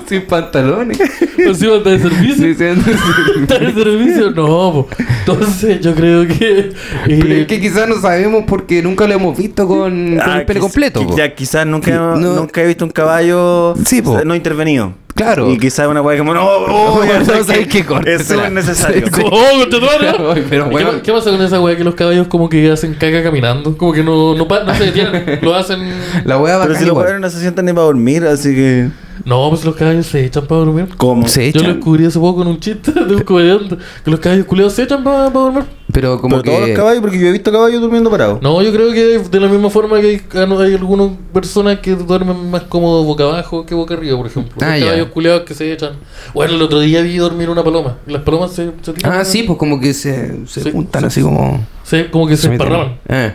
Speaker 1: Sin pantalones.
Speaker 2: Encima está de servicio.
Speaker 1: Sí, sí, entonces-
Speaker 2: ¿Está de servicio? No, po. Entonces, yo creo que. eh,
Speaker 1: Pero es que quizás no sabemos porque nunca lo hemos visto con, con
Speaker 3: Ah,
Speaker 1: el pelo
Speaker 3: quiz-
Speaker 1: completo.
Speaker 3: qui-
Speaker 1: po.
Speaker 3: Ya, quizás nunca,
Speaker 1: No.
Speaker 3: nunca he visto un caballo
Speaker 1: Sí, po.
Speaker 3: no intervenido.
Speaker 1: Claro.
Speaker 3: Y quizás una weá como, no, oh, ya
Speaker 1: No
Speaker 3: sabes
Speaker 1: sabes
Speaker 3: que
Speaker 1: qué corte
Speaker 3: Es
Speaker 1: será.
Speaker 3: súper necesario.
Speaker 1: Sí, sí.
Speaker 2: ¡Oh, concha tu madre!
Speaker 1: Ay, pero
Speaker 2: ¿Y
Speaker 1: bueno.
Speaker 2: ¿Qué, qué pasa con esa weá que los caballos como que hacen caca caminando? Como que no, no, pa- no se detienen, lo hacen...
Speaker 1: La wea
Speaker 3: Pero
Speaker 1: bacán
Speaker 3: si los
Speaker 1: igual.
Speaker 3: caballos no se sientan ni para dormir, así que.
Speaker 2: No, pues los caballos se echan para dormir.
Speaker 3: ¿Cómo?
Speaker 1: Se
Speaker 2: Yo lo
Speaker 1: echan.
Speaker 2: descubrí hace poco en un chiste de un comediante que los caballos culiados se echan para dormir.
Speaker 1: Pero como
Speaker 3: Pero todos
Speaker 1: que.
Speaker 3: los caballos, porque yo he visto caballos durmiendo parados.
Speaker 2: No, yo creo que de la misma forma que hay, ah, no, hay algunas personas que duermen más cómodo boca abajo que boca arriba, por ejemplo.
Speaker 1: Ah,
Speaker 2: Hay
Speaker 1: ya.
Speaker 2: caballos culiados que se echan. Bueno, el otro día vi dormir una paloma. Las palomas se, se tiran-
Speaker 1: Ah, sí, pues como que se, se
Speaker 2: Sí,
Speaker 1: juntan
Speaker 2: sí,
Speaker 1: así como.
Speaker 2: se- como que se,
Speaker 1: meten.
Speaker 2: emparraban.
Speaker 1: Eh,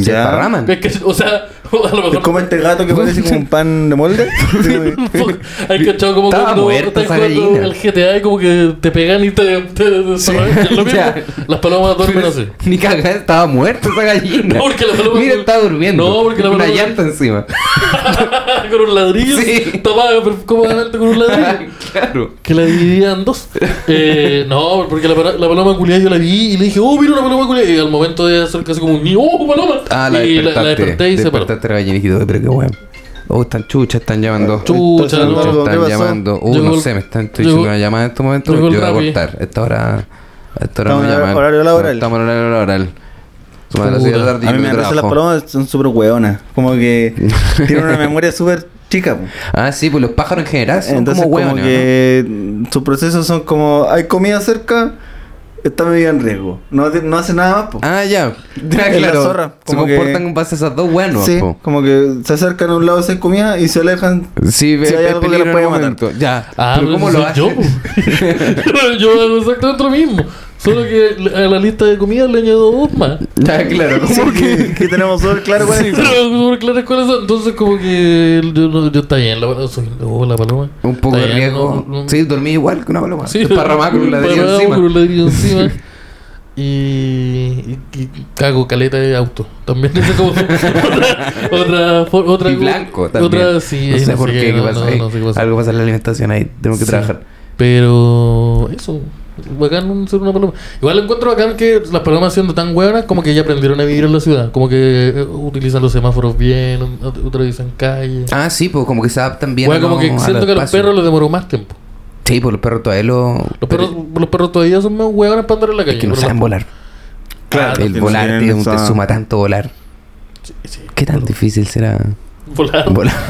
Speaker 1: Se emparraman.
Speaker 2: Es que, o sea, a lo mejor...
Speaker 3: Es como este gato que parece como un pan de molde.
Speaker 2: Hay cachado como
Speaker 1: Estaba
Speaker 2: cuando
Speaker 1: muerta
Speaker 2: estás
Speaker 1: esa
Speaker 2: jugando
Speaker 1: gallina.
Speaker 2: el GTA y como que te pegan y te... te-
Speaker 1: Sí,
Speaker 2: es lo mismo.
Speaker 1: ya.
Speaker 2: Las palomas duermen así.
Speaker 1: Ni cagada, estaba muerta esa gallina.
Speaker 2: No, porque la paloma-
Speaker 1: Mira, está durmiendo.
Speaker 2: No, porque la
Speaker 1: Una
Speaker 2: paloma-
Speaker 1: llanta encima.
Speaker 2: Ah, con un ladrillo.
Speaker 1: Sí.
Speaker 2: Tomaba cómodamente con un ladrillo.
Speaker 1: claro.
Speaker 2: Que la dividían en dos. Eh, no, porque la, pala- la paloma culiada yo la vi y le dije, oh, mira una paloma culiada. Y al momento de hacer casi como un niño, oh, paloma.
Speaker 1: Ah, la
Speaker 2: y
Speaker 1: despertaste.
Speaker 2: desperté y se paró.
Speaker 1: despertaste la gallinita y todo, pero qué weón. Oh, están chuchas, están llamando.
Speaker 2: Chucha,
Speaker 3: Entonces,
Speaker 2: no.
Speaker 3: Eduardo, ¿qué
Speaker 1: están
Speaker 3: pasó?
Speaker 1: llamando. Uh,
Speaker 2: Llegó
Speaker 1: no
Speaker 2: el-
Speaker 1: sé, me están estoy
Speaker 2: llegó-
Speaker 1: diciendo una llamada en este momento.
Speaker 2: llegó
Speaker 1: Yo
Speaker 2: el
Speaker 1: voy a
Speaker 2: Rappi.
Speaker 1: cortar. A esta hora, a esta hora no
Speaker 3: Estamos en hora-
Speaker 1: llaman.
Speaker 3: horario laboral.
Speaker 1: No, Estamos en horario laboral. Somos a las
Speaker 2: Puta.
Speaker 1: 6 de la tarde. y
Speaker 3: A mí
Speaker 1: yo
Speaker 3: me parece las
Speaker 1: trabajo.
Speaker 3: palomas son súper hueonas. Como que tienen una memoria súper chica. po.
Speaker 1: Ah, sí, pues los pájaros en general son
Speaker 3: Entonces,
Speaker 1: como
Speaker 3: como,
Speaker 1: hueones.
Speaker 3: que sus procesos son como: hay comida cerca, está medida en riesgo. No, hace- no hace nada más. po.
Speaker 1: ¿no? Ah, ya. Ya,
Speaker 3: Es la
Speaker 1: claro.
Speaker 3: zorra,
Speaker 1: Se
Speaker 3: como que-
Speaker 1: comportan en base a esas dos hueonas.
Speaker 3: sí,
Speaker 1: Ah, po.
Speaker 3: como que se acercan a un lado sin comida y se alejan.
Speaker 1: Sí, ve,
Speaker 3: Si hay
Speaker 1: ve
Speaker 3: algo que
Speaker 1: peligro
Speaker 3: los
Speaker 1: en
Speaker 3: puede
Speaker 1: un
Speaker 3: matar.
Speaker 1: momento. Ya.
Speaker 2: Ah,
Speaker 1: pero ¿cómo
Speaker 2: eso
Speaker 1: lo
Speaker 2: soy yo,
Speaker 1: hacen?
Speaker 2: po. yo hago exactamente lo mismo. Solo que a la lista de comidas le añado dos más.
Speaker 1: Ya, claro. ¿cómo
Speaker 3: Sí,
Speaker 1: que-
Speaker 3: que, que tenemos súper claro cuál es.
Speaker 2: Pero súper claras cuáles son. Entonces, como que yo, no- yo está bien, la paloma. Soy, oh, la paloma.
Speaker 1: Un poco de
Speaker 2: Está bien,
Speaker 1: riesgo.
Speaker 2: no- no-
Speaker 1: Sí, dormí igual que una paloma. Sí, con un ladrillo
Speaker 2: emparramado
Speaker 1: encima.
Speaker 2: con un ladrillo encima. Y, y, y cago caleta de auto. También es como otra, otra, for- otra.
Speaker 1: Y blanco también.
Speaker 2: Otra, sí,
Speaker 1: no sé por qué, qué
Speaker 2: no,
Speaker 1: pasa
Speaker 2: no,
Speaker 1: ahí.
Speaker 2: no sé qué pasa.
Speaker 1: Algo pasa en la alimentación ahí. Tenemos que
Speaker 2: Sí.
Speaker 1: trabajar.
Speaker 2: Pero eso, bacán un- ser una paloma. Igual encuentro bacán que las palomas siendo tan hueonas como que ya aprendieron a vivir en la ciudad. Como que eh, utilizan los semáforos bien, ut- utilizan calles.
Speaker 1: Ah, sí, pues como que se adaptan bien.
Speaker 2: Hueá, como
Speaker 1: ¿no?
Speaker 2: que
Speaker 1: al
Speaker 2: siento que a los
Speaker 1: espacio.
Speaker 2: perros les demoró más tiempo.
Speaker 1: Sí, pues los perros todavía lo.
Speaker 2: Los perros, los perros todavía son más hueones para andar en la calle.
Speaker 1: que no
Speaker 2: pero
Speaker 1: saben
Speaker 2: las-
Speaker 1: volar.
Speaker 3: Claro,
Speaker 1: El
Speaker 3: que no
Speaker 1: volar
Speaker 3: tienen
Speaker 1: te, te
Speaker 3: esa-
Speaker 1: suma tanto volar.
Speaker 2: Sí, sí.
Speaker 1: ¿Qué tan difícil será
Speaker 2: Volar.
Speaker 1: volar?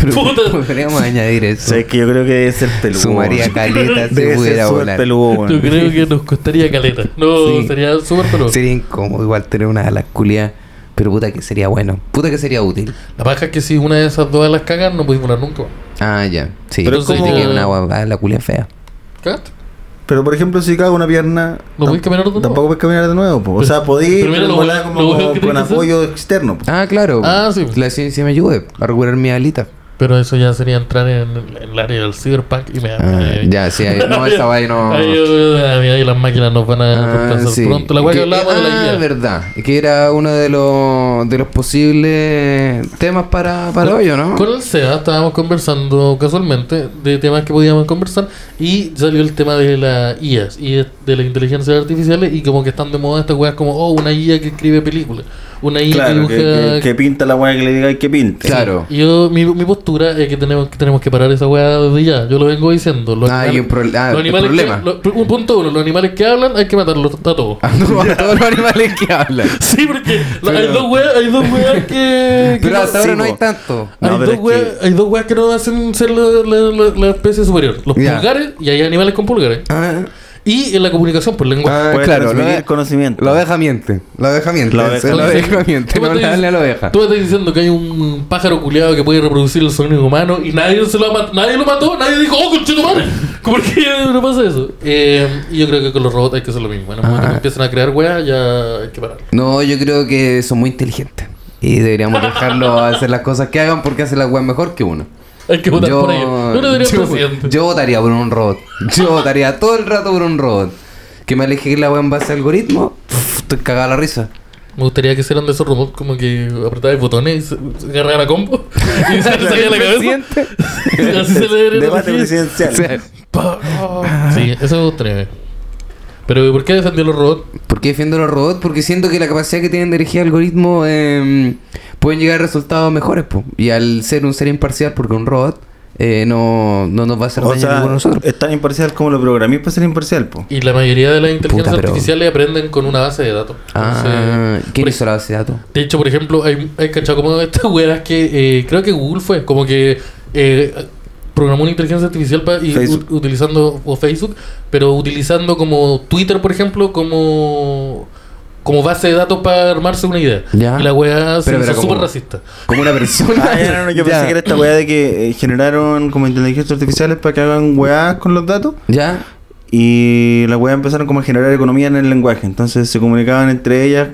Speaker 1: Pero
Speaker 2: Puta.
Speaker 1: Podríamos añadir
Speaker 3: O
Speaker 1: eso.
Speaker 3: sea, es que yo creo que debe ser peludo.
Speaker 1: Sumaría caleta si
Speaker 3: Debe ser
Speaker 1: pudiera
Speaker 3: súper
Speaker 1: volar.
Speaker 3: peludo,
Speaker 2: Yo
Speaker 3: weón.
Speaker 2: creo que nos costaría caleta. No,
Speaker 1: Sí.
Speaker 2: sería súper peludo.
Speaker 1: Sería incómodo igual tener una alas culiadas. Pero puta que sería bueno. Puta que sería útil.
Speaker 2: La paja es que si una de esas dos las cagan, no podéis volar nunca.
Speaker 1: Ah, ya. Sí.
Speaker 3: Pero es
Speaker 1: Sí,
Speaker 3: como-
Speaker 1: tiene una guapa, ala culia fea.
Speaker 2: ¿Cagaste?
Speaker 3: Pero por ejemplo, si cago una pierna.
Speaker 2: ¿No
Speaker 3: tam-
Speaker 2: podéis caminar de nuevo?
Speaker 3: Tampoco puedes caminar de nuevo. po. O sea, podéis
Speaker 2: pero mira
Speaker 3: pero
Speaker 2: lo
Speaker 3: volar
Speaker 2: bueno-
Speaker 3: como
Speaker 2: lo
Speaker 3: con,
Speaker 2: bueno que
Speaker 3: con
Speaker 2: tenés que
Speaker 3: apoyo externo. po.
Speaker 1: Ah, claro.
Speaker 2: Ah, sí.
Speaker 1: La ciencia me ayude a recuperar mi alita.
Speaker 2: Pero eso ya sería entrar en, el- en el área del cyberpunk y me da-
Speaker 1: Ah,
Speaker 2: eh,
Speaker 1: ya, sí. ahí- No, esa vaina no.
Speaker 2: Ahí, eh, ahí, ahí las máquinas nos van a
Speaker 1: Ah,
Speaker 2: reemplazar
Speaker 1: sí.
Speaker 2: pronto. La weá que
Speaker 1: Que-
Speaker 2: hablábamos de la
Speaker 1: ah,
Speaker 2: guía.
Speaker 1: verdad. Que era uno de los, de los posibles temas para, para hoy, ¿o ¿no?
Speaker 2: Con el SEA estábamos conversando casualmente de temas que podíamos conversar y salió el tema de la IA y de las inteligencias artificiales y como que están de moda estas weas como, oh, una IA que escribe películas, una IA que
Speaker 3: Claro, que,
Speaker 2: dibuja...
Speaker 3: que- que pinta la weá que le diga que pinte.
Speaker 1: Claro.
Speaker 2: Y Yo, mi, mi postura es que tenemos que, tenemos que parar esa weá desde ya, yo lo vengo diciendo. Los
Speaker 1: Ah, hay un pro- ah,
Speaker 2: los
Speaker 1: el
Speaker 2: animales
Speaker 1: problema. Ah.
Speaker 2: que- lo- un punto uno, los animales que hablan hay que matarlos a todos.
Speaker 1: A todos a todos los animales que hablan.
Speaker 2: Sí, porque la- hay
Speaker 1: Pero-
Speaker 2: dos weas, hay dos weas que... que
Speaker 1: Pero
Speaker 2: no-
Speaker 1: hasta ahora
Speaker 3: sí,
Speaker 1: no hay
Speaker 3: po.
Speaker 1: tanto.
Speaker 3: No,
Speaker 2: hay,
Speaker 3: pero
Speaker 2: dos
Speaker 3: es
Speaker 2: weas, hay dos weas que no hacen ser la, la- la- la especie superior. Los
Speaker 1: Ya.
Speaker 2: pulgares y hay animales con pulgares.
Speaker 1: Ah,
Speaker 2: Y en la comunicación por lenguaje.
Speaker 1: Ah,
Speaker 3: Puede
Speaker 1: claro,
Speaker 3: transmitir
Speaker 1: la oveja-
Speaker 3: conocimiento.
Speaker 1: La oveja miente. La oveja miente.
Speaker 3: La oveja
Speaker 1: La
Speaker 2: miente.
Speaker 1: oveja miente.
Speaker 2: Tú me
Speaker 1: No le
Speaker 2: estás-
Speaker 1: hable a la oveja.
Speaker 2: Tú me estás diciendo que hay un pájaro culiado que puede reproducir el sonido humano y nadie, se lo, ha mat- nadie lo mató, nadie dijo, oh, conchetumare, ¿por qué no pasa eso? Eh, y yo creo que con los robots hay que hacer lo mismo. En el momento
Speaker 1: Ah.
Speaker 2: que empiezan a crear weas, ya hay que parar.
Speaker 1: No, yo creo que son muy inteligentes. Y deberíamos dejarlo hacer las cosas que hagan porque hace las weas mejor que uno.
Speaker 2: Hay que votar por ellos. No lo diría el presidente.
Speaker 1: yo votaría por un robot. Yo votaría todo el rato por un robot. Que me aleje que la wea en base a algoritmo. pff, estoy cagado a la risa.
Speaker 2: Me gustaría que hicieran de esos robots como que apretabas botones y se, se agarraba la combo y se le salía la cabeza.
Speaker 1: Presidente.
Speaker 2: Y así se le
Speaker 3: Debate
Speaker 1: O
Speaker 3: presidencial.
Speaker 1: sea,
Speaker 2: Pa- Sí, eso me gustaría. Pero ¿por qué defendió los robots?
Speaker 1: ¿Por qué defiendo los robots? Porque siento que la capacidad que tienen de elegir algoritmos eh, pueden llegar a resultados mejores. po. Y al ser un ser imparcial, porque un robot eh, no, no nos va a hacer
Speaker 3: O
Speaker 1: daño a
Speaker 3: sea, eh,
Speaker 1: ninguno de nosotros.
Speaker 3: es tan imparcial como lo programé para ser imparcial, po.
Speaker 2: Y la mayoría de las inteligencias
Speaker 1: pero-
Speaker 2: artificiales aprenden con una base de datos.
Speaker 1: Ah,
Speaker 2: Entonces,
Speaker 1: ¿Quién
Speaker 2: por
Speaker 1: hizo la base de datos?
Speaker 2: De hecho, por ejemplo, hay, hay cachado como estas weas que eh, creo que Google fue, como que eh, programó una inteligencia artificial pa- y
Speaker 3: Facebook.
Speaker 2: u- utilizando, o Facebook, pero utilizando como Twitter, por ejemplo, como, como base de datos para armarse una idea.
Speaker 1: Ya.
Speaker 2: Y la wea se
Speaker 1: Pero
Speaker 2: hizo
Speaker 1: era como-
Speaker 2: súper racista.
Speaker 1: Como una persona.
Speaker 3: Ah, ya, no, no, yo
Speaker 1: Ya.
Speaker 3: pensé que era esta weá de que eh, generaron como inteligencias artificiales para que hagan weá con los datos.
Speaker 1: ¿Ya?
Speaker 3: Y las weas empezaron como a generar economía en el lenguaje. Entonces se comunicaban entre ellas.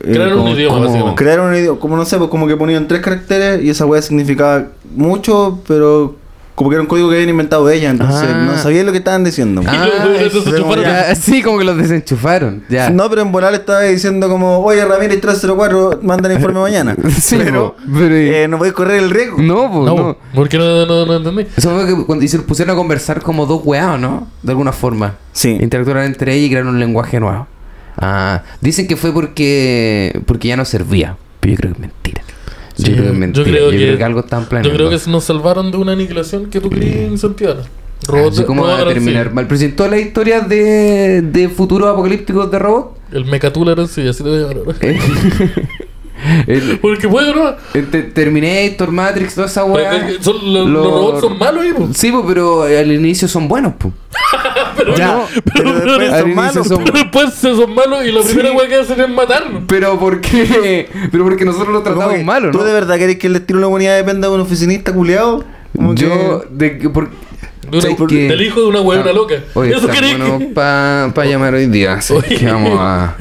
Speaker 3: eh,
Speaker 2: Crearon un
Speaker 3: como-
Speaker 2: idioma,
Speaker 1: como-
Speaker 2: básicamente.
Speaker 3: Crearon un idioma, como no sé, pues como que ponían tres caracteres y esa weá significaba mucho, pero como que era un código que habían inventado ellas, entonces
Speaker 1: Ah.
Speaker 3: no sabía lo que estaban diciendo.
Speaker 1: Ah,
Speaker 2: los
Speaker 1: eso
Speaker 2: se
Speaker 3: como
Speaker 2: chuparon.
Speaker 1: Ya, sí, como que los desenchufaron. Ya.
Speaker 3: No, pero en volar estaba diciendo como, oye Ramírez 304, manda el informe mañana.
Speaker 1: Sí,
Speaker 3: pero,
Speaker 1: po, pero-
Speaker 3: eh, no voy a correr el riesgo.
Speaker 1: No, po,
Speaker 2: No,
Speaker 1: Uh, no.
Speaker 2: porque no, no, no entendí.
Speaker 1: Eso fue que cuando y se pusieron a conversar como dos weados, ¿no? De alguna forma.
Speaker 3: Sí.
Speaker 1: Interactuaron entre ellos y crearon un lenguaje nuevo. Ah, dicen que fue porque porque ya no servía. Pero yo creo que es mentira. Yo
Speaker 2: Sí,
Speaker 1: creo que es mentira. Yo creo que, algo están planeando.
Speaker 2: Yo creo que nos salvaron de una aniquilación que tú querías incentivar. Robots-
Speaker 1: Así como va a
Speaker 2: robots,
Speaker 1: terminar
Speaker 2: sí.
Speaker 1: mal. Pero si en todas las historias de, de futuros apocalípticos de robot.
Speaker 2: El Mecatula, sí, así te voy a llamar.
Speaker 1: eh, el-
Speaker 2: Porque puede, ¿no?
Speaker 1: el te- Terminator, Matrix, toda esa
Speaker 2: Pero,
Speaker 1: weá.
Speaker 2: eh, son- lo-
Speaker 1: Lo-
Speaker 2: Los robots son malos, ¿eh? po.
Speaker 1: Sí, po, pero al inicio son buenos, pues.
Speaker 3: Ya, pero,
Speaker 2: pero-
Speaker 3: después
Speaker 1: al
Speaker 3: son
Speaker 1: inicio
Speaker 3: malos.
Speaker 1: son-
Speaker 2: Pero después se son malos y la primera
Speaker 1: Sí.
Speaker 2: weá que hacen es matarnos.
Speaker 1: Pero porque pero porque nosotros lo
Speaker 3: Como
Speaker 1: tratamos
Speaker 3: que,
Speaker 1: malo,
Speaker 3: ¿Tú de
Speaker 1: ¿no?
Speaker 3: verdad querés que el destino de la humanidad dependa de un oficinista culiado? Como
Speaker 1: Yo
Speaker 3: que-
Speaker 1: de que por-
Speaker 2: De una-
Speaker 1: ¿sabes qué?
Speaker 2: Del hijo de una weá, una loca.
Speaker 1: Ah, Oye,
Speaker 2: Eso
Speaker 1: está
Speaker 2: quería
Speaker 1: bueno
Speaker 2: que.
Speaker 1: para llamar hoy día, así
Speaker 2: Oye.
Speaker 1: que vamos a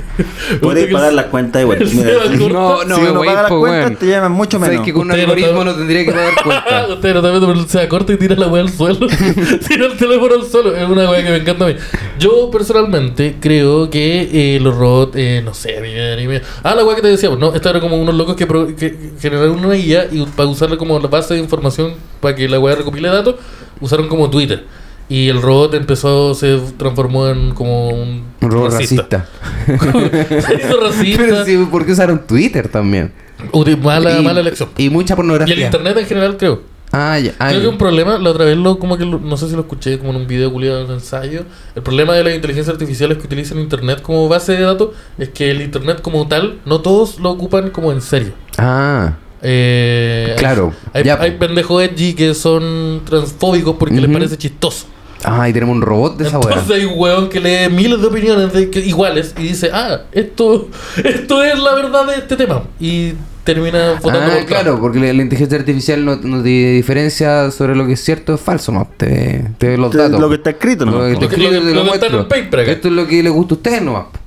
Speaker 3: Podéis
Speaker 2: que-
Speaker 3: pagar las cuentas igual.
Speaker 2: Sí,
Speaker 3: Mira,
Speaker 2: algo-
Speaker 1: No, no,
Speaker 3: si
Speaker 1: me
Speaker 3: uno
Speaker 1: voy
Speaker 3: paga las
Speaker 1: po,
Speaker 3: cuentas,
Speaker 1: weón.
Speaker 3: te llaman mucho
Speaker 1: Sabes
Speaker 3: menos.
Speaker 1: pues, que con un
Speaker 2: Ustedes no
Speaker 1: algoritmo
Speaker 2: saben.
Speaker 1: no tendría que pagar
Speaker 2: Ah,
Speaker 1: cuenta.
Speaker 2: Usted no está viendo, pero se acorta y tira la weá al suelo. tira el teléfono al suelo. Es una weá que me encanta a mí. Yo personalmente creo que eh, los robots, eh, no sé, anime, anime. Ah, la weá que te decíamos, ¿no? Esta era como unos locos que, pro- que generaron una guía y para usarla como la base de información para que la weá recopile datos, usaron como Twitter. Y el robot empezó, se transformó en como un
Speaker 1: Un robot racista.
Speaker 2: Se hizo racista.
Speaker 1: Pero sí, ¿por qué usaron Twitter también?
Speaker 2: Uti- mala,
Speaker 1: y,
Speaker 2: mala elección.
Speaker 1: Y mucha
Speaker 2: Y el
Speaker 1: pornografía.
Speaker 2: internet en general, creo.
Speaker 1: Ah, ya. ah,
Speaker 2: Creo que
Speaker 1: ya.
Speaker 2: un problema, la otra vez lo, como que lo- no sé si lo escuché como en un video culiado en un ensayo, el problema de las inteligencias artificiales que utilizan internet como base de datos es que el internet como tal, no todos lo ocupan como en serio.
Speaker 1: Ah,
Speaker 2: Eh, hay-
Speaker 1: Claro,
Speaker 2: Hay,
Speaker 1: ya.
Speaker 2: hay pendejos edgy que son transfóbicos porque les
Speaker 1: Ujú.
Speaker 2: parece chistoso.
Speaker 1: ah, y tenemos un robot de esa weá.
Speaker 2: Entonces hay un weón que lee miles de opiniones de que- iguales y dice, ah, esto, esto es la verdad de este tema. Y termina
Speaker 1: Ah,
Speaker 2: votando por Trump.
Speaker 1: claro, porque la, la inteligencia artificial no, no te diferencia sobre lo que es cierto o es falso, ¿no? Te, te ve los
Speaker 3: Te-
Speaker 1: datos.
Speaker 3: Lo que está escrito, ¿no?
Speaker 1: Lo que
Speaker 2: Lo que-
Speaker 1: escribo
Speaker 2: lo que-
Speaker 1: y te
Speaker 2: lo que está en el
Speaker 1: muestro.
Speaker 2: paper acá.
Speaker 1: Esto es lo que le gusta a ustedes nomás. po.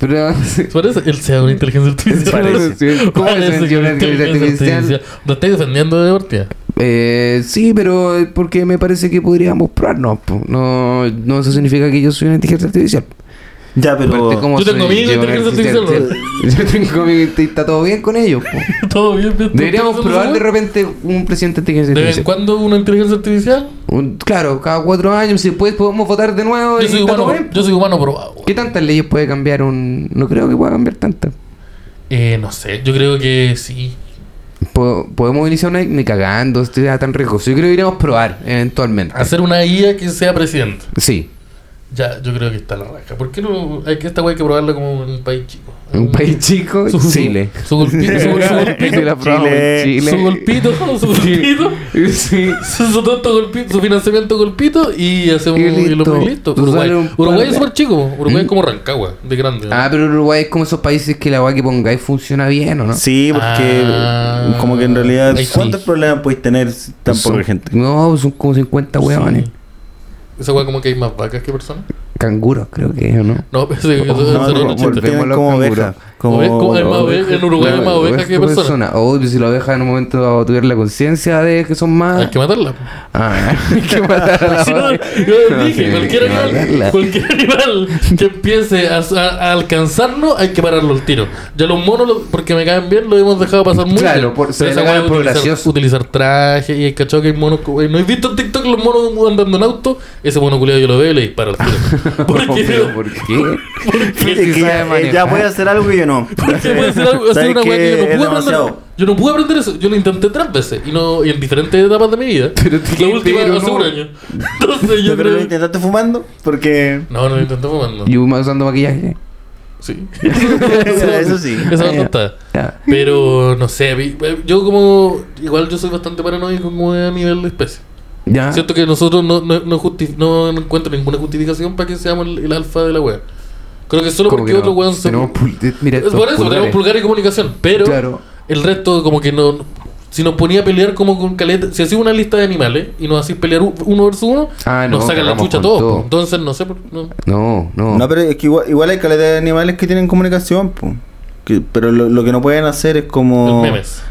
Speaker 1: Pero...
Speaker 2: Sobre eso, él sea una inteligencia artificial.
Speaker 3: Parece.
Speaker 1: ¿Cómo le
Speaker 2: Parece
Speaker 1: sentí
Speaker 2: que
Speaker 1: una
Speaker 2: una inteligencia artificial. Lo estoy defendiendo de partida.
Speaker 1: Eh, sí, pero es porque me parece que podríamos probarnos. po. No, no eso significa que yo soy una inteligencia artificial.
Speaker 3: Ya,
Speaker 1: Aparte,
Speaker 3: pero.
Speaker 1: como
Speaker 2: Yo tengo
Speaker 1: soy
Speaker 2: mi
Speaker 1: yo una
Speaker 2: inteligencia
Speaker 1: Yo tengo mi... y Está todo bien con ellos. po.
Speaker 2: Todo bien. bien,
Speaker 1: Deberíamos
Speaker 2: todo
Speaker 1: probar de
Speaker 2: bien.
Speaker 1: repente un presidente de inteligencia
Speaker 2: De vez en
Speaker 1: artificial.
Speaker 2: cuando una inteligencia artificial.
Speaker 1: Un- claro, cada cuatro años, si después podemos votar de nuevo.
Speaker 2: Yo
Speaker 1: y
Speaker 2: soy
Speaker 1: está todo
Speaker 2: humano,
Speaker 1: bien.
Speaker 2: yo soy humano probado. güey.
Speaker 1: ¿Qué tantas leyes puede cambiar un...? No creo que pueda cambiar tantas.
Speaker 2: Eh, no sé, yo creo que sí.
Speaker 1: Po- podemos iniciar una ni cagando, esto ya tan rico. Yo creo que iremos a probar eventualmente.
Speaker 2: Hacer una IA que sea presidente.
Speaker 1: Sí.
Speaker 2: Ya, yo creo que está la raja. ¿Por qué no? Hay que esta wey hay que probarla como en un país chico.
Speaker 1: Un país chico, Chile.
Speaker 2: Su golpito, su, su golpito.
Speaker 1: Sí, la probamos en Chile.
Speaker 2: Su golpito, su golpito.
Speaker 1: Sí.
Speaker 2: Su, su tonto golpito, su financiamiento golpito y hacemos
Speaker 1: Y
Speaker 2: y lo
Speaker 1: listo.
Speaker 2: muy listo.
Speaker 1: Tú
Speaker 2: Uruguay,
Speaker 1: sale un par
Speaker 2: Uruguay
Speaker 1: de-
Speaker 2: es súper chico. Uruguay
Speaker 1: ¿Mm?
Speaker 2: es como Rancagua, de grande.
Speaker 1: Ah, pero Uruguay es como esos países que la agua que pongáis funciona bien, ¿o no?
Speaker 3: Sí, porque
Speaker 2: Ah.
Speaker 3: como que en realidad...
Speaker 2: Ahí sí.
Speaker 3: ¿Cuántos problemas podéis tener si tan poca
Speaker 1: Son-
Speaker 3: gente?
Speaker 1: No, son como 50 huevones.
Speaker 2: Sí. Esa weá como que hay más vacas que personas.
Speaker 1: Canguros, creo que es, ¿o no?
Speaker 2: No, pero ese-
Speaker 1: No,
Speaker 2: ese era
Speaker 3: No,
Speaker 2: otro
Speaker 3: no,
Speaker 1: volvemos
Speaker 2: chiste.
Speaker 1: a
Speaker 3: tienen
Speaker 1: los
Speaker 3: como
Speaker 1: canguros.
Speaker 3: ovejas. Como...
Speaker 2: Ovejas, como- hay más ovejas en Uruguay, hay más
Speaker 1: Claro,
Speaker 2: ovejas que
Speaker 1: ovejas
Speaker 2: personas.
Speaker 1: Oh, si la oveja en un momento tuviera la conciencia de que son más.
Speaker 2: Hay que matarla.
Speaker 1: Ah, hay que matar a la
Speaker 2: Pues Si no,
Speaker 1: oveja.
Speaker 2: yo
Speaker 1: No,
Speaker 2: dije,
Speaker 1: sí,
Speaker 2: cualquier
Speaker 1: hay que
Speaker 2: animal,
Speaker 1: matarla.
Speaker 2: cualquier animal que empiece a, a- a alcanzarnos, hay que pararlo al tiro. Ya los monos, lo- porque me caen bien, lo hemos dejado pasar mucho.
Speaker 1: Claro, por- se le
Speaker 2: esa
Speaker 1: ganan
Speaker 2: weá de
Speaker 1: por
Speaker 2: utilizar,
Speaker 1: gracioso.
Speaker 2: utilizar traje y el cachado que hay monos. co- ¿No he visto en TikTok los monos andando en auto? Ese mono culiado yo lo veo y le disparo al tiro.
Speaker 1: No, pero
Speaker 2: Porque,
Speaker 1: ¿Por qué?
Speaker 3: Fíjate
Speaker 1: Sí
Speaker 3: que
Speaker 1: sabe
Speaker 3: ya, eh,
Speaker 1: manejar.
Speaker 3: ya voy a hacer algo y yo no.
Speaker 1: pues.
Speaker 2: porque puede ser algo- hacer
Speaker 3: ¿Sabes
Speaker 2: una weá
Speaker 3: qué?
Speaker 2: que yo no pude
Speaker 3: Es
Speaker 2: aprender.
Speaker 3: demasiado.
Speaker 2: Yo no pude aprender eso. Yo lo intenté tres veces y, no, y en diferentes etapas de mi vida.
Speaker 1: Pero te-
Speaker 2: la última
Speaker 1: pero
Speaker 2: hace
Speaker 1: no.
Speaker 2: un año. Entonces yo
Speaker 3: Pero lo
Speaker 2: creo.
Speaker 3: intentaste fumando porque...
Speaker 2: No, no lo intenté fumando.
Speaker 1: Y uno usando maquillaje.
Speaker 2: Sí.
Speaker 3: Eso sí.
Speaker 2: Esa
Speaker 1: Ah, ya.
Speaker 2: tonta.
Speaker 1: Ya.
Speaker 2: Pero no sé, vi- yo como. Igual yo soy bastante paranoico como a nivel de especie.
Speaker 1: Ya.
Speaker 2: Siento que nosotros no, no, no, justi- no encuentro ninguna justificación para que seamos el, el alfa de la wea. Creo que solo
Speaker 1: Como
Speaker 2: porque
Speaker 1: que
Speaker 2: otro
Speaker 1: no.
Speaker 2: weón se.
Speaker 1: Tenemos pul- eh, Mira,
Speaker 2: Es
Speaker 1: estos
Speaker 2: por eso, tenemos
Speaker 1: pulgares.
Speaker 2: pulgar y comunicación. Pero
Speaker 1: Claro.
Speaker 2: el resto, como que no. Si nos ponía a pelear como con caleta. Si hacía una lista de animales y nos hacía pelear u- uno versus uno,
Speaker 1: Ah, no,
Speaker 2: nos sacan la
Speaker 1: cagamos
Speaker 2: chucha a
Speaker 1: con
Speaker 2: todos.
Speaker 1: todo.
Speaker 2: po. Entonces, no sé. por- no.
Speaker 1: No, no.
Speaker 3: No, pero es que igual, igual hay calidad de animales que tienen comunicación, po. Que- pero lo, lo que no pueden hacer es como...
Speaker 2: Los memes.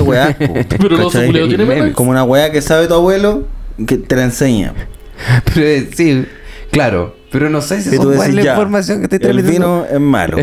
Speaker 3: weá, po.
Speaker 2: Pero el oso
Speaker 3: ¿Cachai?
Speaker 2: culiao tiene memes.
Speaker 3: Como una weá que sabe tu abuelo que te la enseña.
Speaker 1: Pero, eh, sí, claro. Pero no sé si
Speaker 3: Y tú
Speaker 1: son
Speaker 3: decís,
Speaker 1: cuál la
Speaker 3: ya,
Speaker 1: información que te está
Speaker 3: el
Speaker 1: metiendo.
Speaker 3: vino es malo.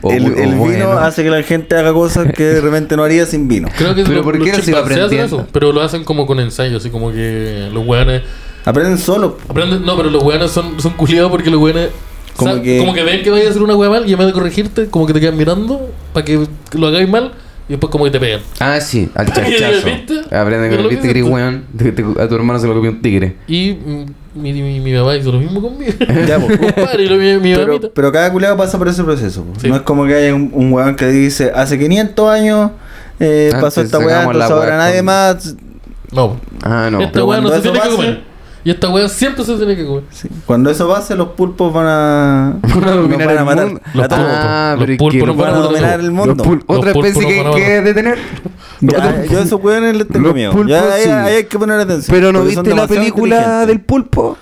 Speaker 1: O
Speaker 3: el
Speaker 1: bu-
Speaker 3: el
Speaker 1: o
Speaker 3: vino
Speaker 1: bueno.
Speaker 3: hace que la gente haga cosas que de repente no haría sin vino.
Speaker 2: Creo que
Speaker 1: Pero
Speaker 2: lo-
Speaker 1: ¿por
Speaker 2: los
Speaker 1: qué no se iba
Speaker 2: chimpancés hacen
Speaker 1: aprendiendo?
Speaker 2: eso, pero lo hacen como con ensayos, así como que los weones
Speaker 3: Aprenden solo.
Speaker 2: aprenden, no, pero los weones son, son culiados porque los weones
Speaker 3: Como
Speaker 2: sa-
Speaker 3: que-
Speaker 2: como que ven que vayas a hacer una wea mal y en vez de corregirte, como que te quedan mirando para que lo hagáis mal y después como que te pegan.
Speaker 1: Ah, sí, al
Speaker 2: ¿Viste?
Speaker 1: chachazo. Aprende
Speaker 2: Pero
Speaker 1: con
Speaker 2: lo
Speaker 1: el
Speaker 2: que
Speaker 1: viste que eres
Speaker 2: dices tú.
Speaker 1: weón. Te- te- A tu hermano se lo copió un tigre.
Speaker 2: Y mm, mi, mi, mi mamá hizo lo mismo conmigo.
Speaker 3: Ya, po.
Speaker 2: Mi compadre y lo, mi, mi
Speaker 3: Pero,
Speaker 2: mamita.
Speaker 3: pero cada culeado pasa por ese proceso. po.
Speaker 2: Sí.
Speaker 3: No es como que haya un, un weón que dice, hace 500 años eh,
Speaker 1: Antes
Speaker 3: pasó esta weá,
Speaker 1: sacamos la
Speaker 3: entonces
Speaker 1: weá con-
Speaker 3: ahora nadie más...
Speaker 2: No,
Speaker 1: Ah, no.
Speaker 2: esta
Speaker 3: pero
Speaker 2: wea no
Speaker 3: cuando
Speaker 2: se
Speaker 3: eso
Speaker 2: tiene que
Speaker 3: pase-
Speaker 2: comer. Y esta wea siempre se tiene que comer.
Speaker 3: Sí. Cuando eso pase, los pulpos van a...
Speaker 1: Van a dominar
Speaker 3: nos van a
Speaker 1: el
Speaker 3: matar.
Speaker 1: mundo.
Speaker 2: Los
Speaker 3: A todos.
Speaker 2: pulpos.
Speaker 1: Ah,
Speaker 2: los
Speaker 1: pero es
Speaker 2: pulpos
Speaker 1: que
Speaker 2: no
Speaker 1: los
Speaker 3: van a dominar el
Speaker 1: Los
Speaker 3: mundo.
Speaker 1: pul- Otra
Speaker 2: pulpos
Speaker 1: especie
Speaker 2: no
Speaker 1: que
Speaker 2: van
Speaker 1: hay
Speaker 2: a
Speaker 1: que detener.
Speaker 3: Ya, yo a esos weones les tengo
Speaker 1: Los
Speaker 3: miedo.
Speaker 1: pulpos,
Speaker 3: Ya, ahí,
Speaker 1: sí.
Speaker 3: ahí hay que poner atención.
Speaker 1: Pero no
Speaker 3: porque son
Speaker 1: viste la
Speaker 3: demasiado
Speaker 1: película
Speaker 3: inteligentes.
Speaker 1: del pulpo.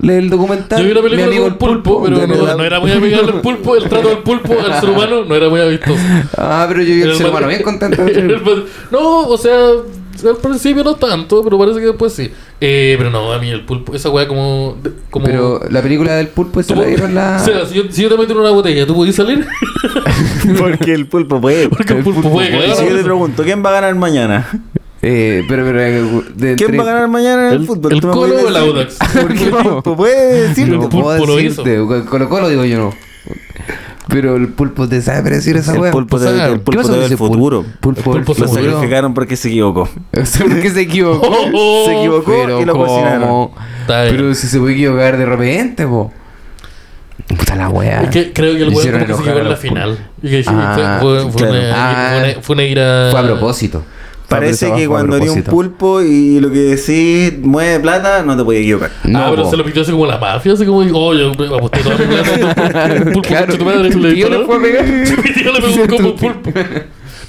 Speaker 1: Le- El documental.
Speaker 2: Yo vi la
Speaker 1: Mi
Speaker 2: película
Speaker 1: amigo
Speaker 2: con el pulpo, pero
Speaker 1: de
Speaker 2: no,
Speaker 1: verdad.
Speaker 2: no era muy amigable el pulpo, el trato del pulpo al ser humano no era muy amistoso.
Speaker 1: Ah, pero yo vi
Speaker 2: Era
Speaker 1: el ser
Speaker 2: más-
Speaker 1: humano bien contento.
Speaker 2: era más- no, o sea, al principio no tanto, pero parece que después sí. Eh, pero no, a mí el pulpo, esa weá como... de- como
Speaker 1: Pero la película del pulpo esa
Speaker 2: tú
Speaker 1: la
Speaker 2: po-
Speaker 1: dieron la.
Speaker 2: O sea, si yo, si yo te meto en una botella, ¿tú podías salir?
Speaker 3: Porque el pulpo puede.
Speaker 2: Porque el pulpo puede
Speaker 3: Y
Speaker 2: cagar.
Speaker 3: si yo te pregunto, ¿quién va a ganar mañana?
Speaker 1: Eh, pero, pero, eh, de
Speaker 3: ¿Quién
Speaker 1: entre-
Speaker 3: va a ganar mañana en el,
Speaker 2: El-
Speaker 3: fútbol?
Speaker 2: el
Speaker 3: ¿Tú me
Speaker 2: Colo
Speaker 3: puedes
Speaker 2: o el Audax?
Speaker 3: decir? Porque el
Speaker 1: No.
Speaker 3: pulpo puede decirlo.
Speaker 1: No
Speaker 2: El pulpo
Speaker 1: puedo
Speaker 2: lo
Speaker 1: decirte, con- Con lo cual lo digo yo no. Pero el pulpo te sabe predecir esa
Speaker 3: El
Speaker 1: wea.
Speaker 3: pulpo
Speaker 2: Pues,
Speaker 3: te-
Speaker 2: ah,
Speaker 3: el
Speaker 1: ¿Qué
Speaker 3: pulpo
Speaker 1: pasó
Speaker 3: te
Speaker 1: con
Speaker 3: ve
Speaker 1: ese
Speaker 3: el futuro.
Speaker 1: Pulpo,
Speaker 2: El pulpo
Speaker 1: pulpo
Speaker 2: se
Speaker 3: Lo
Speaker 2: murió.
Speaker 3: sacrificaron porque se equivocó.
Speaker 1: ¿Por qué se equivocó?
Speaker 2: Oh,
Speaker 3: se equivocó
Speaker 1: Pero
Speaker 3: y lo
Speaker 1: ¿cómo?
Speaker 3: cocinaron.
Speaker 2: Está bien.
Speaker 1: Pero si se puede equivocar de repente, po. Puta la wea.
Speaker 2: Es que creo que el weón
Speaker 1: Hicieron
Speaker 2: como que se
Speaker 1: enojar
Speaker 2: quedó en
Speaker 1: a
Speaker 2: la
Speaker 1: los
Speaker 2: final. Y que
Speaker 1: Ah,
Speaker 2: fue, fue, fue una,
Speaker 1: claro.
Speaker 2: fue una- fue una ira...
Speaker 1: Ah. Fue a propósito. Fue
Speaker 3: Parece
Speaker 1: a
Speaker 3: que
Speaker 1: propósito,
Speaker 3: cuando
Speaker 1: fue a
Speaker 3: eres un
Speaker 1: propósito.
Speaker 3: pulpo y lo que decís mueve plata, no te puedes equivocar.
Speaker 1: No,
Speaker 2: ah, pero
Speaker 1: po.
Speaker 2: se lo pidió así como la mafia, así como, oh, yo aposté toda mi plata en un pulpo,
Speaker 1: Claro,
Speaker 2: concha tu madre,
Speaker 1: tu
Speaker 2: le
Speaker 1: tío
Speaker 2: disparó.
Speaker 1: le fue a pegar.
Speaker 2: Mi tío le pegó un combo a un pulpo.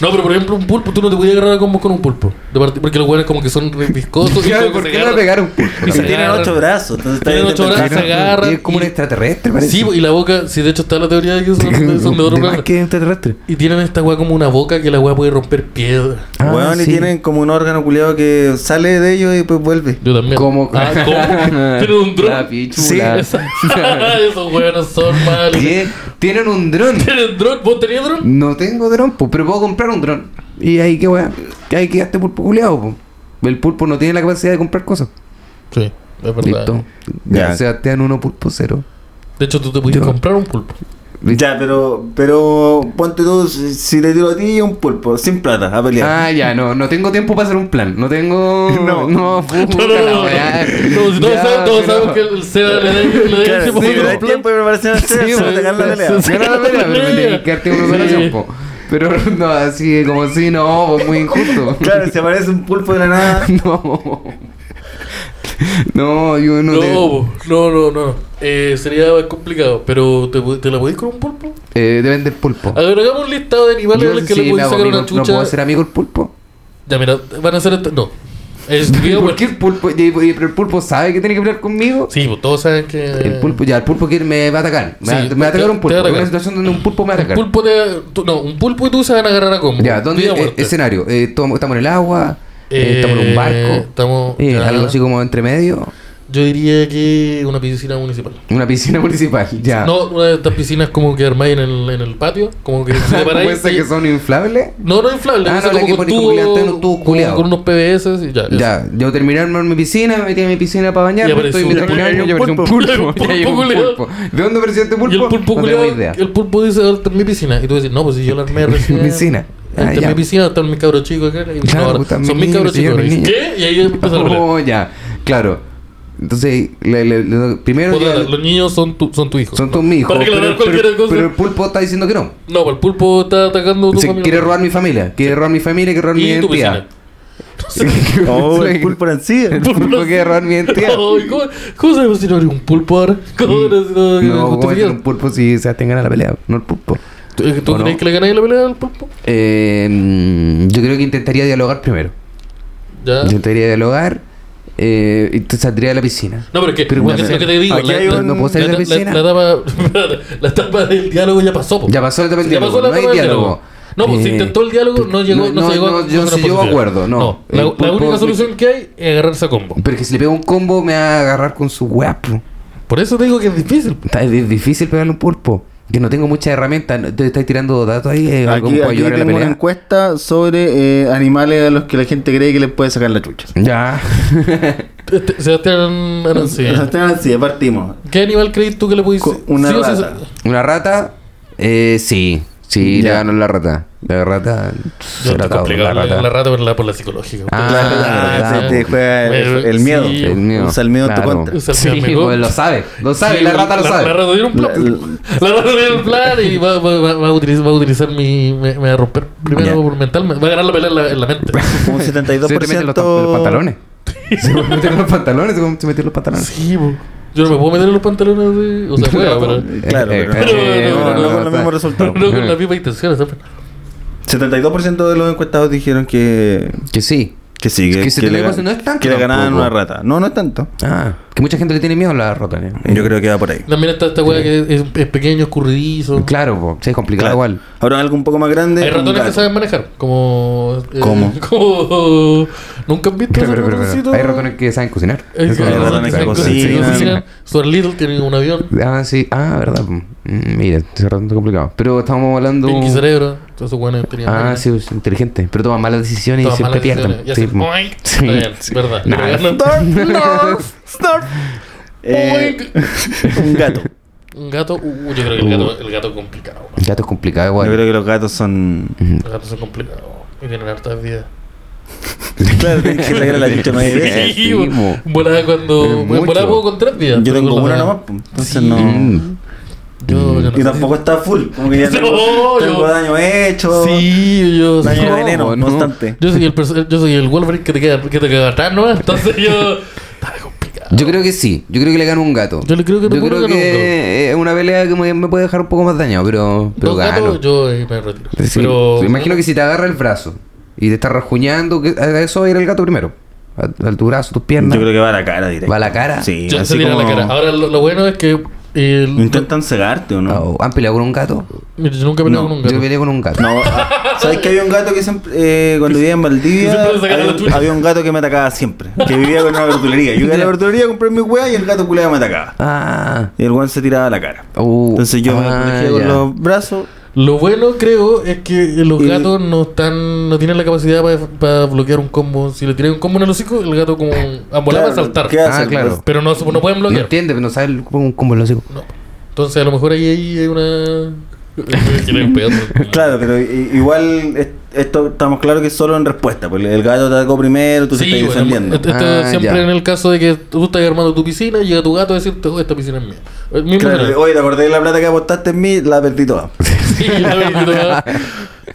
Speaker 2: No, pero por ejemplo, un pulpo, tú no te podías agarrar a combos con un pulpo. De parte- porque los güeyes como que son re viscosos. y
Speaker 1: Claro,
Speaker 2: como que
Speaker 1: ¿por
Speaker 2: se
Speaker 1: qué no le
Speaker 2: agarran.
Speaker 1: pegaron?
Speaker 2: Y se
Speaker 3: Si tienen
Speaker 2: agarran.
Speaker 3: ocho brazos, entonces está
Speaker 2: Tienen
Speaker 3: bien
Speaker 2: ocho
Speaker 3: de
Speaker 2: brazos.
Speaker 3: pensar.
Speaker 2: se agarran
Speaker 1: Es como un
Speaker 2: y-
Speaker 1: extraterrestre, parece.
Speaker 2: Sí, y la boca, sí, de hecho está la teoría de que son, de- son de otro
Speaker 1: De más
Speaker 2: planeta.
Speaker 1: que extraterrestre.
Speaker 2: Y tienen esta weá como una boca que la weá puede romper piedra.
Speaker 1: Ah,
Speaker 3: Weón, y
Speaker 1: sí.
Speaker 3: tienen como un órgano culiado que sale de ellos y pues vuelve.
Speaker 2: Yo también.
Speaker 1: ¿Cómo?
Speaker 2: Ah, ¿cómo? Tienen un
Speaker 1: La
Speaker 2: dron.
Speaker 1: pichula.
Speaker 2: Esa- Esos weones son malos.
Speaker 1: Tie- Tienen un dron.
Speaker 2: ¿Tienen dron? ¿Vos tenías dron?
Speaker 1: No tengo dron, po, pero puedo comprar un dron. Y ahí que weá. Que ahí quedaste pulpo culeado, po. El pulpo no tiene la capacidad de comprar cosas.
Speaker 2: Sí, es verdad.
Speaker 1: Listo.
Speaker 3: Ya.
Speaker 1: Ya. Sebastián 1 pulpo 0.
Speaker 2: De hecho, tú te pudiste
Speaker 1: Yo-
Speaker 2: comprar un pulpo.
Speaker 3: Ya, pero, pero ponte tú, si si te tiro a ti, un pulpo, sin plata, a pelear.
Speaker 1: Ah, ya, no, no tengo tiempo para hacer un plan. No tengo.
Speaker 3: No.
Speaker 1: no, puta
Speaker 2: No, no,
Speaker 1: la
Speaker 2: no, no.
Speaker 1: weá.
Speaker 2: Todos, todos
Speaker 1: Ya,
Speaker 2: saben- todos
Speaker 1: pero-
Speaker 2: sabemos que el Seba le da le da
Speaker 3: Claro,
Speaker 2: ese
Speaker 3: sí,
Speaker 2: poco de
Speaker 3: pero hay
Speaker 2: plan.
Speaker 3: tiempo de preparación antes de
Speaker 1: Sí,
Speaker 3: hacer- de ganar la pelea.
Speaker 1: Sí, ganar la pelea, pero me tenés que quedarte una
Speaker 2: Sí.
Speaker 1: operación, po. Pero no, así como si no, pues muy injusto.
Speaker 3: Claro, si aparece un pulpo de la nada.
Speaker 1: No. No, yo no,
Speaker 2: No,
Speaker 1: te-
Speaker 2: bo, no, no, no. Eh, sería complicado, pero ¿te, pu- te la podéis con un pulpo?
Speaker 1: Eh, deben del pulpo.
Speaker 2: A ver, hagamos un listado de animales
Speaker 1: Yo
Speaker 2: a los
Speaker 1: no sé
Speaker 2: Ah, que
Speaker 1: si
Speaker 2: le
Speaker 1: me
Speaker 2: podéis
Speaker 1: hago
Speaker 2: sacar
Speaker 1: amigo-
Speaker 2: una
Speaker 1: ¿No
Speaker 2: chucha.
Speaker 1: puedo ser amigo el pulpo?
Speaker 2: Ya, mira, van a hacer esta... No. Es que,
Speaker 1: ¿Por
Speaker 2: bueno,
Speaker 1: qué el pulpo? Y- y- Pero el pulpo sabe que tiene que pelear conmigo.
Speaker 2: Sí, pues todos saben que...
Speaker 1: El pulpo, ya, el pulpo quiere, me va a atacar. Me, va-
Speaker 2: Sí,
Speaker 1: me va a atacar
Speaker 2: te-
Speaker 1: un
Speaker 2: te
Speaker 1: pulpo. Es
Speaker 2: va a atacar.
Speaker 1: una situación donde un pulpo me va a
Speaker 2: Un
Speaker 1: atacar.
Speaker 2: pulpo te... tú- no, un pulpo y tú se van a agarrar a combo.
Speaker 1: Ya, ¿dónde?
Speaker 2: Vida o
Speaker 1: eh,
Speaker 2: muerte.
Speaker 1: escenario. Eh, tom- estamos en el agua. eh,
Speaker 2: Eh,
Speaker 1: estamos en un barco.
Speaker 2: estamos-
Speaker 1: eh,
Speaker 2: ya.
Speaker 1: algo así como entre medio.
Speaker 2: Yo diría que una piscina municipal.
Speaker 1: Una piscina municipal, ya.
Speaker 2: No, una de estas piscinas como que armáis en el, en el patio. Como que se separáis.
Speaker 1: ¿Puede ser que
Speaker 2: y-
Speaker 1: son inflables?
Speaker 2: No, no inflable.
Speaker 1: Ah,
Speaker 2: esa
Speaker 1: no, la
Speaker 2: como
Speaker 1: que
Speaker 2: con
Speaker 1: pone como
Speaker 2: tubo-
Speaker 1: que levantan un tubo
Speaker 2: como
Speaker 1: culeado.
Speaker 2: Con unos PBS y ya. eso.
Speaker 1: Ya, yo terminé de armar mi piscina, me metí a mi piscina para bañarme,
Speaker 2: Y apareció
Speaker 1: estoy
Speaker 2: un
Speaker 1: mientras
Speaker 2: pulpo.
Speaker 1: me baño,
Speaker 3: Y
Speaker 1: y apareció un pulpo.
Speaker 2: un pulpo.
Speaker 1: Ya llegó un
Speaker 2: Y el
Speaker 1: pulpo. ¿De dónde apareció este pulpo?
Speaker 2: Y el pulpo
Speaker 1: no
Speaker 2: culeado,
Speaker 1: tengo idea.
Speaker 2: el pulpo dice, "Ah, esta es mi piscina. Y tú dices, no, pues si yo la armé recién.
Speaker 1: piscina. Ah,
Speaker 2: Esta es
Speaker 1: ya.
Speaker 2: mi piscina, están mis cabros chicos acá. Y
Speaker 1: Claro,
Speaker 2: ahora,
Speaker 1: pues, están
Speaker 2: son
Speaker 1: mis
Speaker 2: mis cabros
Speaker 1: niños,
Speaker 2: chicos.
Speaker 1: y yo, mis
Speaker 2: ¿Qué? Y ahí empieza la pelea.
Speaker 1: Oh, ya, claro. Entonces, le- le- le- primero
Speaker 2: Pues,
Speaker 1: ya-
Speaker 2: nada, Los niños son tu, son tu hijo.
Speaker 1: son todos mis hijos.
Speaker 2: Para
Speaker 1: Pero,
Speaker 2: aclarar
Speaker 1: pero-
Speaker 2: cualquier cosa.
Speaker 1: pero el pulpo está diciendo que no.
Speaker 2: No, pues el pulpo está atacando a tu
Speaker 1: Se
Speaker 2: familia.
Speaker 1: quiere robar mi familia, quiere robar mi familia, quiere robar mi
Speaker 2: Y tu
Speaker 1: identidad.
Speaker 2: piscina.
Speaker 3: Oh, el pulpo en sí.
Speaker 1: El pulpo quiere robar mi identidad.
Speaker 2: No, ¿y ¿Cómo, cómo sabemos si no eres un pulpo ahora? ¿Cómo eres no,
Speaker 1: No, ¿cómo va a ser
Speaker 2: justificado?
Speaker 1: un pulpo si se tengan a la pelea? No el pulpo.
Speaker 2: ¿Tú, eh,
Speaker 1: ¿O
Speaker 2: ¿tú
Speaker 1: no?
Speaker 2: crees que le ganáis la pelea al pulpo?
Speaker 1: Eh, mm, yo creo que intentaría dialogar primero.
Speaker 2: Ya.
Speaker 1: Intentaría dialogar eh, y te saldría de la piscina.
Speaker 2: No, pero es que,
Speaker 1: Pero
Speaker 2: lo
Speaker 1: bueno,
Speaker 2: que- lo que te digo,
Speaker 3: aquí
Speaker 2: la,
Speaker 3: hay
Speaker 2: la-
Speaker 3: un-
Speaker 1: No puedo salir de la
Speaker 2: la- la-
Speaker 1: piscina.
Speaker 2: la etapa, la etapa del diálogo ya pasó. po.
Speaker 1: Ya pasó la etapa del
Speaker 2: Ya
Speaker 1: diálogo,
Speaker 2: pasó la
Speaker 1: no hay
Speaker 2: etapa del
Speaker 1: diálogo.
Speaker 2: No, pues se
Speaker 1: Eh,
Speaker 2: intentó el diálogo, no llegó, no,
Speaker 1: no,
Speaker 2: se llegó
Speaker 1: no,
Speaker 2: a
Speaker 1: yo
Speaker 2: ninguna
Speaker 1: sí llevo
Speaker 2: posibilidad.
Speaker 1: acuerdo, no.
Speaker 2: La,
Speaker 1: El
Speaker 2: la
Speaker 1: pulpo-
Speaker 2: única solución que hay es agarrarse a combo.
Speaker 1: Pero es que si le pego un combo me va a agarrar con su weá. po.
Speaker 2: Por eso te digo que es difícil.
Speaker 1: Está- Es difícil pegarle un pulpo. Que no tengo muchas herramientas. No- Te estáis tirando datos ahí. eh, ¿Cómo
Speaker 3: Aquí,
Speaker 1: puedo
Speaker 3: aquí
Speaker 1: ayudar a la
Speaker 3: tengo una
Speaker 1: pelea?
Speaker 3: encuesta sobre eh, animales a los que la gente cree que les puede sacar la chucha.
Speaker 1: Ya.
Speaker 2: Este, Sebastián Arancía.
Speaker 3: Sebastián Arancía, partimos.
Speaker 2: ¿Qué animal crees tú que le pudiste...?
Speaker 3: Co- una
Speaker 2: sí o sí
Speaker 3: rata.
Speaker 2: se-
Speaker 1: Este- ¿Una rata? Eh, sí. Sí,
Speaker 3: Ya.
Speaker 1: le ganó la rata. La rata.
Speaker 2: No,
Speaker 1: se la
Speaker 2: está
Speaker 1: acabó,
Speaker 2: complicado.
Speaker 1: la rata.
Speaker 2: La rata por la, por la psicológica.
Speaker 1: Ah,
Speaker 2: Por la-
Speaker 1: ah,
Speaker 2: la-
Speaker 1: verdad,
Speaker 3: se te
Speaker 1: po.
Speaker 3: juega el,
Speaker 2: Pero
Speaker 3: el miedo.
Speaker 2: sí,
Speaker 1: El mío.
Speaker 3: Usa el miedo en tu contra.
Speaker 2: Usa el
Speaker 1: Sí,
Speaker 2: miedo en mi
Speaker 1: pues,
Speaker 2: contra.
Speaker 1: lo sabe. Lo sabe. la rata lo
Speaker 2: la-
Speaker 1: sabe.
Speaker 2: La rata tiene un plan. La, rata tiene un plan y va, va- va- va a utilizar, va a utilizar mi. Me, me va a romper primero
Speaker 3: Ya.
Speaker 2: por mental. me- Va a ganar la pelea en la, en la mente.
Speaker 3: Un 72%.
Speaker 1: Se te meten los, pa- los pantalones. Se te meten los pantalones. Se te meten los pantalones.
Speaker 2: sí, po. Yo no me puedo meter en los pantalones de. O sea, juega, pero.
Speaker 3: Claro,
Speaker 1: Eh,
Speaker 3: pero,
Speaker 1: eh,
Speaker 2: eh,
Speaker 3: no,
Speaker 2: no,
Speaker 3: no,
Speaker 2: no,
Speaker 3: con
Speaker 1: no,
Speaker 3: los mismos
Speaker 2: No,
Speaker 3: resultados.
Speaker 2: no con la misma intención. o sea,
Speaker 3: 72% de los encuestados dijeron que,
Speaker 1: Que sí.
Speaker 3: que sí, que,
Speaker 1: Es que 72% no es tanto
Speaker 3: que le ganaban
Speaker 1: tampoco.
Speaker 3: una rata. No, no es tanto.
Speaker 1: Ah, que mucha gente le tiene miedo a la rata. ¿eh?
Speaker 3: Yo creo que va por ahí.
Speaker 2: También está esta weá que es, es pequeño, escurridizo.
Speaker 1: Claro, po, sí, es complicado
Speaker 3: Claro.
Speaker 1: igual.
Speaker 3: Ahora algo un poco más grande.
Speaker 2: Hay
Speaker 3: un
Speaker 2: ratones que
Speaker 3: gato.
Speaker 2: saben manejar. Como. eh,
Speaker 3: ¿Cómo?
Speaker 2: como- Nunca han visto
Speaker 1: Pero,
Speaker 2: esos
Speaker 1: pero, pero, pero,
Speaker 2: ratoncitos?
Speaker 1: hay ratones que saben cocinar.
Speaker 2: Hay
Speaker 1: Eso
Speaker 3: Hay
Speaker 1: es-
Speaker 3: ratones que
Speaker 1: saben
Speaker 3: cocinan.
Speaker 2: Stuart Little tiene un avión.
Speaker 1: Ah, sí. Ah, verdad. po. Mm, Mira, ese ratón está complicado. Pero estábamos hablando...
Speaker 2: Pinky Cerebro. Todos esos weones tenían.
Speaker 1: Ah,
Speaker 2: máquinas.
Speaker 1: sí, es inteligente. Pero toman malas decisiones
Speaker 2: Todas
Speaker 1: y siempre
Speaker 2: malas
Speaker 1: pierden.
Speaker 2: decisiones. Y
Speaker 1: Sí,
Speaker 2: hacen
Speaker 1: po.
Speaker 2: oink.
Speaker 1: Sí.
Speaker 2: Está bien, es verdad.
Speaker 1: Nah,
Speaker 2: Pero
Speaker 1: es-
Speaker 2: ganan-
Speaker 3: Snarf, snarf, snarf. Eh,
Speaker 2: Oink.
Speaker 3: un gato.
Speaker 2: Un gato. Uh, yo creo que el gato, el gato es complicado. weón.
Speaker 1: Gato es complicado
Speaker 3: Yo
Speaker 1: igual.
Speaker 3: creo que los gatos son.
Speaker 2: Los gatos son complicados. Y tienen hartas vidas.
Speaker 3: Claro, tienes que sacar a la chucha más
Speaker 1: Sí.
Speaker 3: veces.
Speaker 2: weón.
Speaker 1: mo.
Speaker 2: Volada cuando.
Speaker 1: Es mucho.
Speaker 2: Volada puedo con tres vidas.
Speaker 3: Yo
Speaker 2: pero
Speaker 3: tengo
Speaker 2: con la-
Speaker 3: una nomás, pues, entonces
Speaker 2: Sí.
Speaker 3: no.
Speaker 1: Mm.
Speaker 2: Yo, yo no
Speaker 3: Y
Speaker 2: sé
Speaker 3: tampoco está full. Como que ya
Speaker 2: No,
Speaker 3: tengo,
Speaker 2: yo-
Speaker 3: tengo daño hecho.
Speaker 2: si- Sí, yo.
Speaker 3: Daño de
Speaker 1: No,
Speaker 3: veneno,
Speaker 1: no.
Speaker 3: constante.
Speaker 2: Yo soy el, perso- yo soy el Wolverine que te queda, que te queda atrás, ¿no? Entonces yo. Está complicado.
Speaker 1: Yo creo que sí. Yo creo que le gano un gato.
Speaker 2: Yo le creo que te
Speaker 1: Yo
Speaker 2: puedo
Speaker 1: creo
Speaker 2: ganar un
Speaker 1: que es una pelea que me, me puede dejar un poco más dañado, pero, pero
Speaker 2: Dos
Speaker 1: gano.
Speaker 2: gatos, yo eh, me retiro.
Speaker 1: Sí,
Speaker 2: Pero.
Speaker 1: me Imagino que si te agarra el brazo y te está rajuñando, que a eso va a ir el gato primero. A, al tu brazo, tus
Speaker 3: Yo
Speaker 1: piernas.
Speaker 3: creo que va a la cara directo.
Speaker 1: ¿Va a la cara?
Speaker 3: Sí,
Speaker 2: Yo
Speaker 3: así
Speaker 2: salí a
Speaker 3: como.
Speaker 2: la cara. Ahora lo, lo bueno es que. eh,
Speaker 3: Intentan cegarte o no.
Speaker 1: Oh, ¿Han peleado con un gato?
Speaker 2: mira, yo nunca he peleado
Speaker 3: No,
Speaker 2: con un gato.
Speaker 1: Yo peleé con un gato.
Speaker 3: No, ah, ¿sabes que había un gato que siempre, eh, cuando vivía en Valdivia,
Speaker 2: Que siempre le sacaba la chucha.
Speaker 3: había, había un gato que me atacaba siempre, que vivía con una verdulería. Yo iba a la verdulería a comprar mi hueá y el gato culeado me atacaba.
Speaker 1: Ah.
Speaker 3: Y el guan se tiraba a la cara.
Speaker 1: Uh,
Speaker 3: Entonces yo me
Speaker 1: ah,
Speaker 3: protegía con
Speaker 1: ya.
Speaker 3: los brazos.
Speaker 2: Lo bueno, creo, es que los
Speaker 3: Y-
Speaker 2: gatos no están no tienen la capacidad para bloquear un combo. Si le tiran un combo en el hocico, el gato como a volar va a
Speaker 3: Claro,
Speaker 2: saltar.
Speaker 3: ¿qué hace?
Speaker 1: Ah, claro.
Speaker 3: Pues,
Speaker 2: Pero no, no pueden
Speaker 1: No
Speaker 2: bloquear.
Speaker 1: entiende, pero no sabe el- cómo, cómo lo sigo.
Speaker 2: No. Entonces, a lo mejor ahí ahí hay una. eh,
Speaker 3: Pues, Claro, pero i- igual es- esto estamos claros que es solo en respuesta. Porque el gato te atacó primero, tú
Speaker 2: Sí,
Speaker 3: te estás
Speaker 2: bueno, eh,
Speaker 3: defendiendo.
Speaker 2: esto- esto
Speaker 1: Ah,
Speaker 2: es siempre
Speaker 1: ya.
Speaker 2: en el caso de que tú estás armando tu piscina y llega tu gato a decirte, oh, esta piscina es mía. El mismo
Speaker 3: Claro,
Speaker 2: escenario.
Speaker 3: oye, te acordé de la plata que apostaste en mí, la perdí toda.
Speaker 2: Sí, la verdad, la verdad.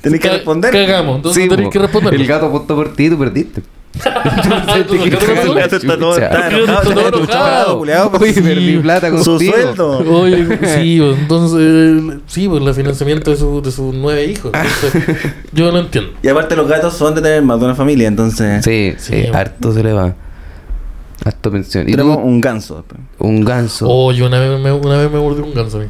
Speaker 3: Tenés que
Speaker 2: Ca-
Speaker 3: responder.
Speaker 2: Cagamos, entonces
Speaker 1: Sí,
Speaker 2: tenés
Speaker 1: po.
Speaker 2: que responder.
Speaker 1: El gato apostó por ti y tú perdiste.
Speaker 2: Entonces, el gato
Speaker 1: Te quitaste
Speaker 2: ganó.
Speaker 3: gato está todo-
Speaker 1: chucha.
Speaker 3: está enojado,
Speaker 2: Está todo
Speaker 3: está
Speaker 2: enojado.
Speaker 3: enojado, culiao,
Speaker 1: Oye,
Speaker 3: pues,
Speaker 1: perdí plata
Speaker 3: Su
Speaker 1: contigo.
Speaker 3: sueldo.
Speaker 2: Oye, sí, pues, entonces, eh, sí, pues el financiamiento de, su- de sus nueve hijos. Entonces, yo lo entiendo.
Speaker 3: Y aparte los gatos son de tener más de una familia, entonces
Speaker 1: Sí, sí,
Speaker 2: Sí.
Speaker 1: harto se le va. Harto pensión. Y
Speaker 3: tenemos
Speaker 1: tú,
Speaker 3: un ganso. pues.
Speaker 1: un ganso.
Speaker 2: Oh, yo una vez me, una vez me mordió un ganso a mí.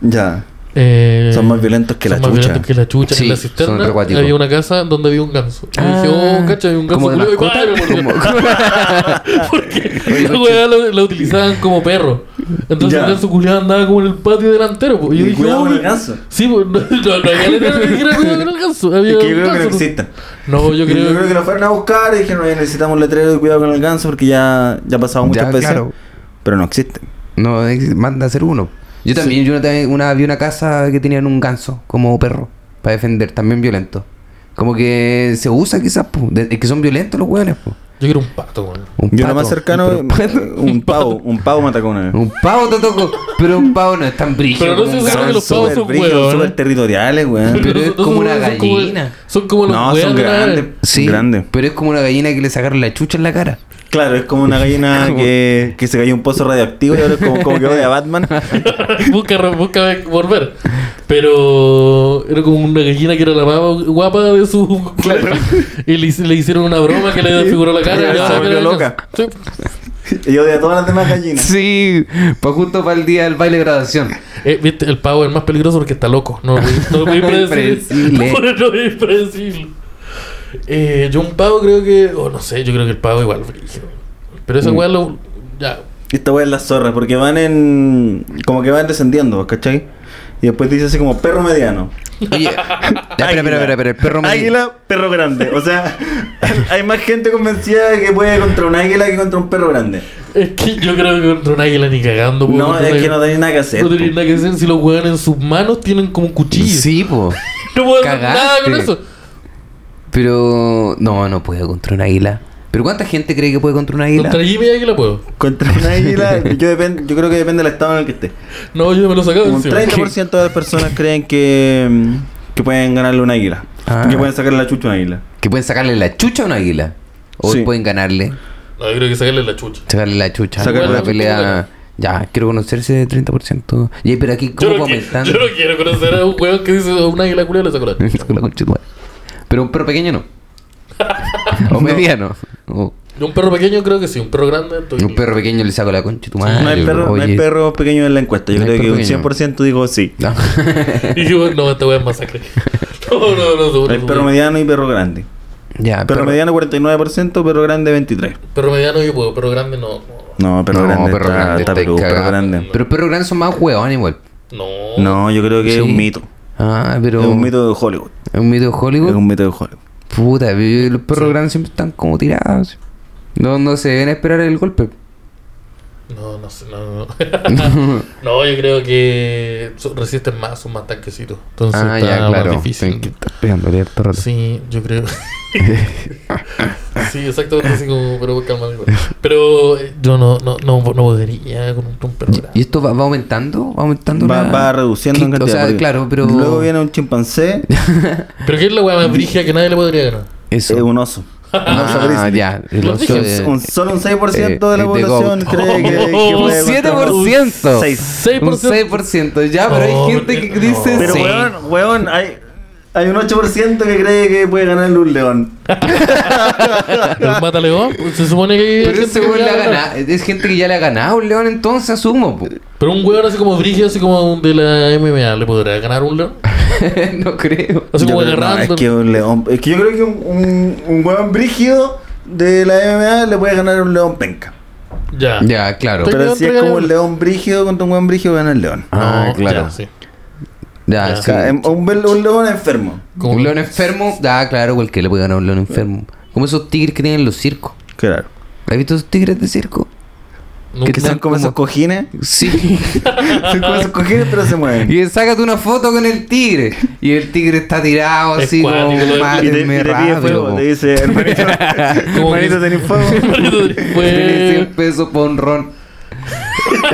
Speaker 3: Ya.
Speaker 2: Eh,
Speaker 3: Son más violentos que la
Speaker 2: son más
Speaker 3: chucha.
Speaker 2: violentos que la chucha.
Speaker 1: Sí,
Speaker 2: en la
Speaker 1: son
Speaker 2: cisterna
Speaker 1: recuáticos.
Speaker 2: había una casa donde había un ganso. Y
Speaker 1: Ah,
Speaker 2: dije, oh, cacha, hay un ganso
Speaker 1: como de
Speaker 2: culiao. Y
Speaker 1: mascota.
Speaker 2: ¡ay, me mordió! Porque la weá la, la utilizaban como perro. Entonces
Speaker 3: Ya.
Speaker 2: el ganso culiado andaba como en el patio delantero. po. Y yo
Speaker 3: Y
Speaker 2: dije,
Speaker 3: cuidado
Speaker 2: oh,
Speaker 3: con el
Speaker 2: no-
Speaker 3: ganso.
Speaker 2: Sí, pues no, no, no había letrero que dijera cuidado con el ganso. Había
Speaker 3: Es que
Speaker 2: un
Speaker 3: yo creo que no
Speaker 2: ganso.
Speaker 3: existen.
Speaker 2: No, yo
Speaker 3: Yo creo,
Speaker 2: creo,
Speaker 3: que lo fueron a buscar y dijeron, oye, necesitamos un letrero de cuidado con el ganso porque ya, ya ha pasado muchas
Speaker 1: Ya,
Speaker 3: veces.
Speaker 1: claro.
Speaker 3: Pero no existen.
Speaker 1: No, ex- manda a hacer uno. Yo también, yo una, una- vi una casa que tenían un ganso como perro para defender, también violento. Como que se usa quizás, po. De- es que son violentos los hueones, po.
Speaker 2: yo quiero un pato, weón.
Speaker 1: Un
Speaker 3: Yo lo
Speaker 1: pato,
Speaker 3: más cercano,
Speaker 1: pero-
Speaker 3: un, pavo, un pavo me atacó una vez.
Speaker 1: Un pavo te tocó, pero un pavo no es tan brígido.
Speaker 2: Pero no
Speaker 1: como
Speaker 2: se
Speaker 1: un
Speaker 2: usa
Speaker 1: ganso.
Speaker 2: que los pavos
Speaker 3: Súper
Speaker 2: son
Speaker 3: brígidos,
Speaker 2: huevones.
Speaker 3: súper territoriales, weón.
Speaker 1: Pero es
Speaker 2: Entonces,
Speaker 1: como una
Speaker 2: son como-
Speaker 1: gallina.
Speaker 2: Son como los
Speaker 3: No, son
Speaker 2: weas de la-
Speaker 3: grandes.
Speaker 1: Sí,
Speaker 3: Grandes.
Speaker 1: pero es como una gallina que le sacaron la chucha en la cara.
Speaker 3: Claro, es como una gallina
Speaker 1: Como-
Speaker 3: que, que se cayó en un pozo radioactivo y ahora es como, como que odia a Batman.
Speaker 2: busca, re- busca ve- volver. Pero era como una gallina que era la más guapa de su clase. Y le, hice- le hicieron una broma que le desfiguró la cara.
Speaker 3: Se
Speaker 2: y ahora
Speaker 3: volvió
Speaker 2: era-
Speaker 3: loca.
Speaker 2: Sí.
Speaker 3: y odia a todas las demás gallinas.
Speaker 1: Sí, pues justo para el día del baile de graduación.
Speaker 2: Eh, Viste, el pavo es más peligroso porque está loco. No, no es impredecible.
Speaker 1: Impredecible.
Speaker 2: no es impredecible. Eh, yo un pavo creo que... O no sé, yo creo que el pavo igual. brígido. Pero
Speaker 3: Mm.
Speaker 2: esa weá lo... Ya.
Speaker 3: Y esta weá es la zorra, porque van en. como que van descendiendo, ¿cachai? Y después dice así como perro mediano.
Speaker 1: Oye, ya, espera, espera, espera, espera, el perro me-
Speaker 3: Águila, perro grande. O sea, hay más gente convencida de que puede contra un águila que contra un perro grande.
Speaker 2: Es que yo creo que contra un águila ni cagando. puedo
Speaker 3: No,
Speaker 2: contra un
Speaker 3: es que
Speaker 2: águila.
Speaker 3: no tenéis nada que hacer.
Speaker 2: No tenía nada que hacer si los weones en sus manos tienen como un cuchillo.
Speaker 1: Sí, po.
Speaker 2: No puedo hacer
Speaker 1: Cagaste.
Speaker 2: nada con eso.
Speaker 1: Pero no, no puedo contra un águila. ¿Pero cuánta gente cree que puede contra un águila?
Speaker 2: Contra Jimmy Águila puedo.
Speaker 3: Contra un águila, yo, depend- yo creo que depende del estado en el que esté.
Speaker 2: No, yo me lo sacaba
Speaker 3: Un
Speaker 2: encima.
Speaker 3: 30% de las personas creen que, mm, que pueden ganarle un águila.
Speaker 1: Ah.
Speaker 3: Que pueden sacarle la chucha a un águila.
Speaker 1: Que pueden sacarle la chucha a un águila. O
Speaker 3: Sí.
Speaker 1: pueden ganarle,
Speaker 2: No, yo creo que sacarle la chucha.
Speaker 1: sacarle la chucha.
Speaker 3: Sacarle
Speaker 1: Sacarle
Speaker 3: la
Speaker 1: la
Speaker 3: chucha.
Speaker 1: pelea. Ya, quiero conocerse de 30%. Y pero aquí,
Speaker 2: Yo
Speaker 1: ¿cómo
Speaker 2: no,
Speaker 1: va
Speaker 2: quiero,
Speaker 1: aumentando?
Speaker 2: yo no quiero conocer a un weón que dice a un águila culia le sacó la chucha.
Speaker 1: La concha de tu madre. Pero un perro pequeño no. o mediano. O-
Speaker 2: Yo un perro pequeño creo que sí, un perro grande. estoy-
Speaker 1: un perro pequeño le saco la concha de tu madre.
Speaker 3: no hay perro, no hay
Speaker 1: oye.
Speaker 3: perro pequeño en la encuesta. Yo
Speaker 1: No hay
Speaker 3: creo que
Speaker 1: perro
Speaker 3: un
Speaker 1: pequeño.
Speaker 3: 100% digo sí.
Speaker 1: No.
Speaker 2: Y yo, no, esta weón es masacre. No, no, no, no. no,
Speaker 3: Hay
Speaker 2: no,
Speaker 3: perro
Speaker 2: no.
Speaker 3: mediano y perro grande.
Speaker 1: ya,
Speaker 3: Perro mediano 49%, perro grande 23%.
Speaker 2: Perro mediano yo puedo, perro grande no. no,
Speaker 3: No, perro
Speaker 1: No,
Speaker 3: grande.
Speaker 1: perro
Speaker 3: está-
Speaker 1: grande,
Speaker 3: está
Speaker 1: estáis
Speaker 3: peludo, perro
Speaker 1: cagados.
Speaker 3: grande.
Speaker 1: Pero perros grandes son más huevones igual.
Speaker 2: No.
Speaker 3: No, yo creo que es
Speaker 1: Sí.
Speaker 3: un mito.
Speaker 1: Ah, pero.
Speaker 3: Es un mito de Hollywood.
Speaker 1: ¿Es un mito de Hollywood?
Speaker 3: Es un mito de Hollywood.
Speaker 1: Puta, pero los perros grandes siempre están como tirados. No, no se deben esperar el golpe.
Speaker 2: No, no sé, no, no. no. no, yo creo que so- resisten más, son más tanquecitos. Entonces
Speaker 1: ah,
Speaker 2: está
Speaker 1: ya, claro.
Speaker 2: más difícil.
Speaker 1: Tienen que estar pegándole al perro.
Speaker 2: Sí, yo creo. sí, exactamente así como, pero calma. amigo. Pero eh, yo no, no, no, no podría con un un perro
Speaker 1: ¿Y
Speaker 2: grande.
Speaker 1: esto va, va aumentando? ¿Va aumentando?
Speaker 3: Va,
Speaker 1: la-
Speaker 3: va reduciendo en
Speaker 1: ¿Qué?
Speaker 3: cantidad.
Speaker 1: O sea,
Speaker 3: porque
Speaker 1: claro, pero.
Speaker 3: Luego viene un chimpancé,
Speaker 2: Pero ¿qué es la weá más brígida que nadie le podría ganar?
Speaker 1: Eso.
Speaker 3: es un oso. Un oso
Speaker 1: Ah,
Speaker 3: grizzly.
Speaker 1: ya. El
Speaker 2: Lo
Speaker 1: oso
Speaker 2: dije,
Speaker 1: de-
Speaker 3: Un- un- solo un 6% de la
Speaker 1: eh, de
Speaker 3: población
Speaker 1: goat.
Speaker 3: cree que, que
Speaker 2: Oh,
Speaker 3: puede
Speaker 1: un 7%.
Speaker 3: contra un seis.
Speaker 2: 6%.
Speaker 1: Un 6%. Ya, pero
Speaker 2: No,
Speaker 1: hay gente que
Speaker 2: no.
Speaker 1: dice.
Speaker 3: Pero
Speaker 1: sí.
Speaker 3: weón, weón, hay, hay un 8% que cree que puede ganarle un león.
Speaker 2: El mataleón, pues, se supone que. hay
Speaker 1: Pero
Speaker 2: gente
Speaker 1: ese
Speaker 2: que
Speaker 1: weón le
Speaker 2: le
Speaker 1: ha
Speaker 2: va a ganar.
Speaker 1: ganado. Es gente que ya le ha ganado un león, entonces asumo. po.
Speaker 2: Pero un weón así como brígido, así como de la MMA, ¿le podría ganar un león?
Speaker 1: no creo.
Speaker 2: Así
Speaker 3: Yo
Speaker 2: como
Speaker 3: creo- no,
Speaker 2: agarrando.
Speaker 3: es que un león. Es que yo creo que un, un, un weón brígido de la MMA le puede ganar un león penca.
Speaker 2: Ya.
Speaker 1: Ya, claro.
Speaker 2: Estoy-
Speaker 3: Pero
Speaker 2: león
Speaker 3: si es
Speaker 2: regala-
Speaker 3: como el león brígido contra un weón brígido, gana el león.
Speaker 1: Ah, claro.
Speaker 2: ya, sí.
Speaker 1: Ya,
Speaker 2: Ya.
Speaker 1: sí.
Speaker 3: O sea, em- un, bel- un león enfermo.
Speaker 2: Como-
Speaker 1: un león enfermo, ah, claro, cualquiera le puede ganar a un león enfermo. Como esos tigres que tienen en los circos.
Speaker 3: Claro.
Speaker 1: ¿Has visto esos tigres de circo?
Speaker 2: No,
Speaker 1: Que
Speaker 3: Que
Speaker 2: no,
Speaker 3: son como esos cojines.
Speaker 1: Sí.
Speaker 3: Son como esos cojines, pero se mueven.
Speaker 1: y él, sácate una foto con el tigre. Y el tigre está tirado
Speaker 2: Es
Speaker 1: así como
Speaker 2: cuático, lo de-
Speaker 3: Y te, y
Speaker 1: mátenme
Speaker 3: te pide fuego,
Speaker 1: rápido.
Speaker 3: te dice, hermanito,
Speaker 2: Como
Speaker 3: hermanito,
Speaker 2: que-
Speaker 3: tenés fuego.
Speaker 1: Tiene
Speaker 2: Fue-
Speaker 1: 100 pesos por un ron.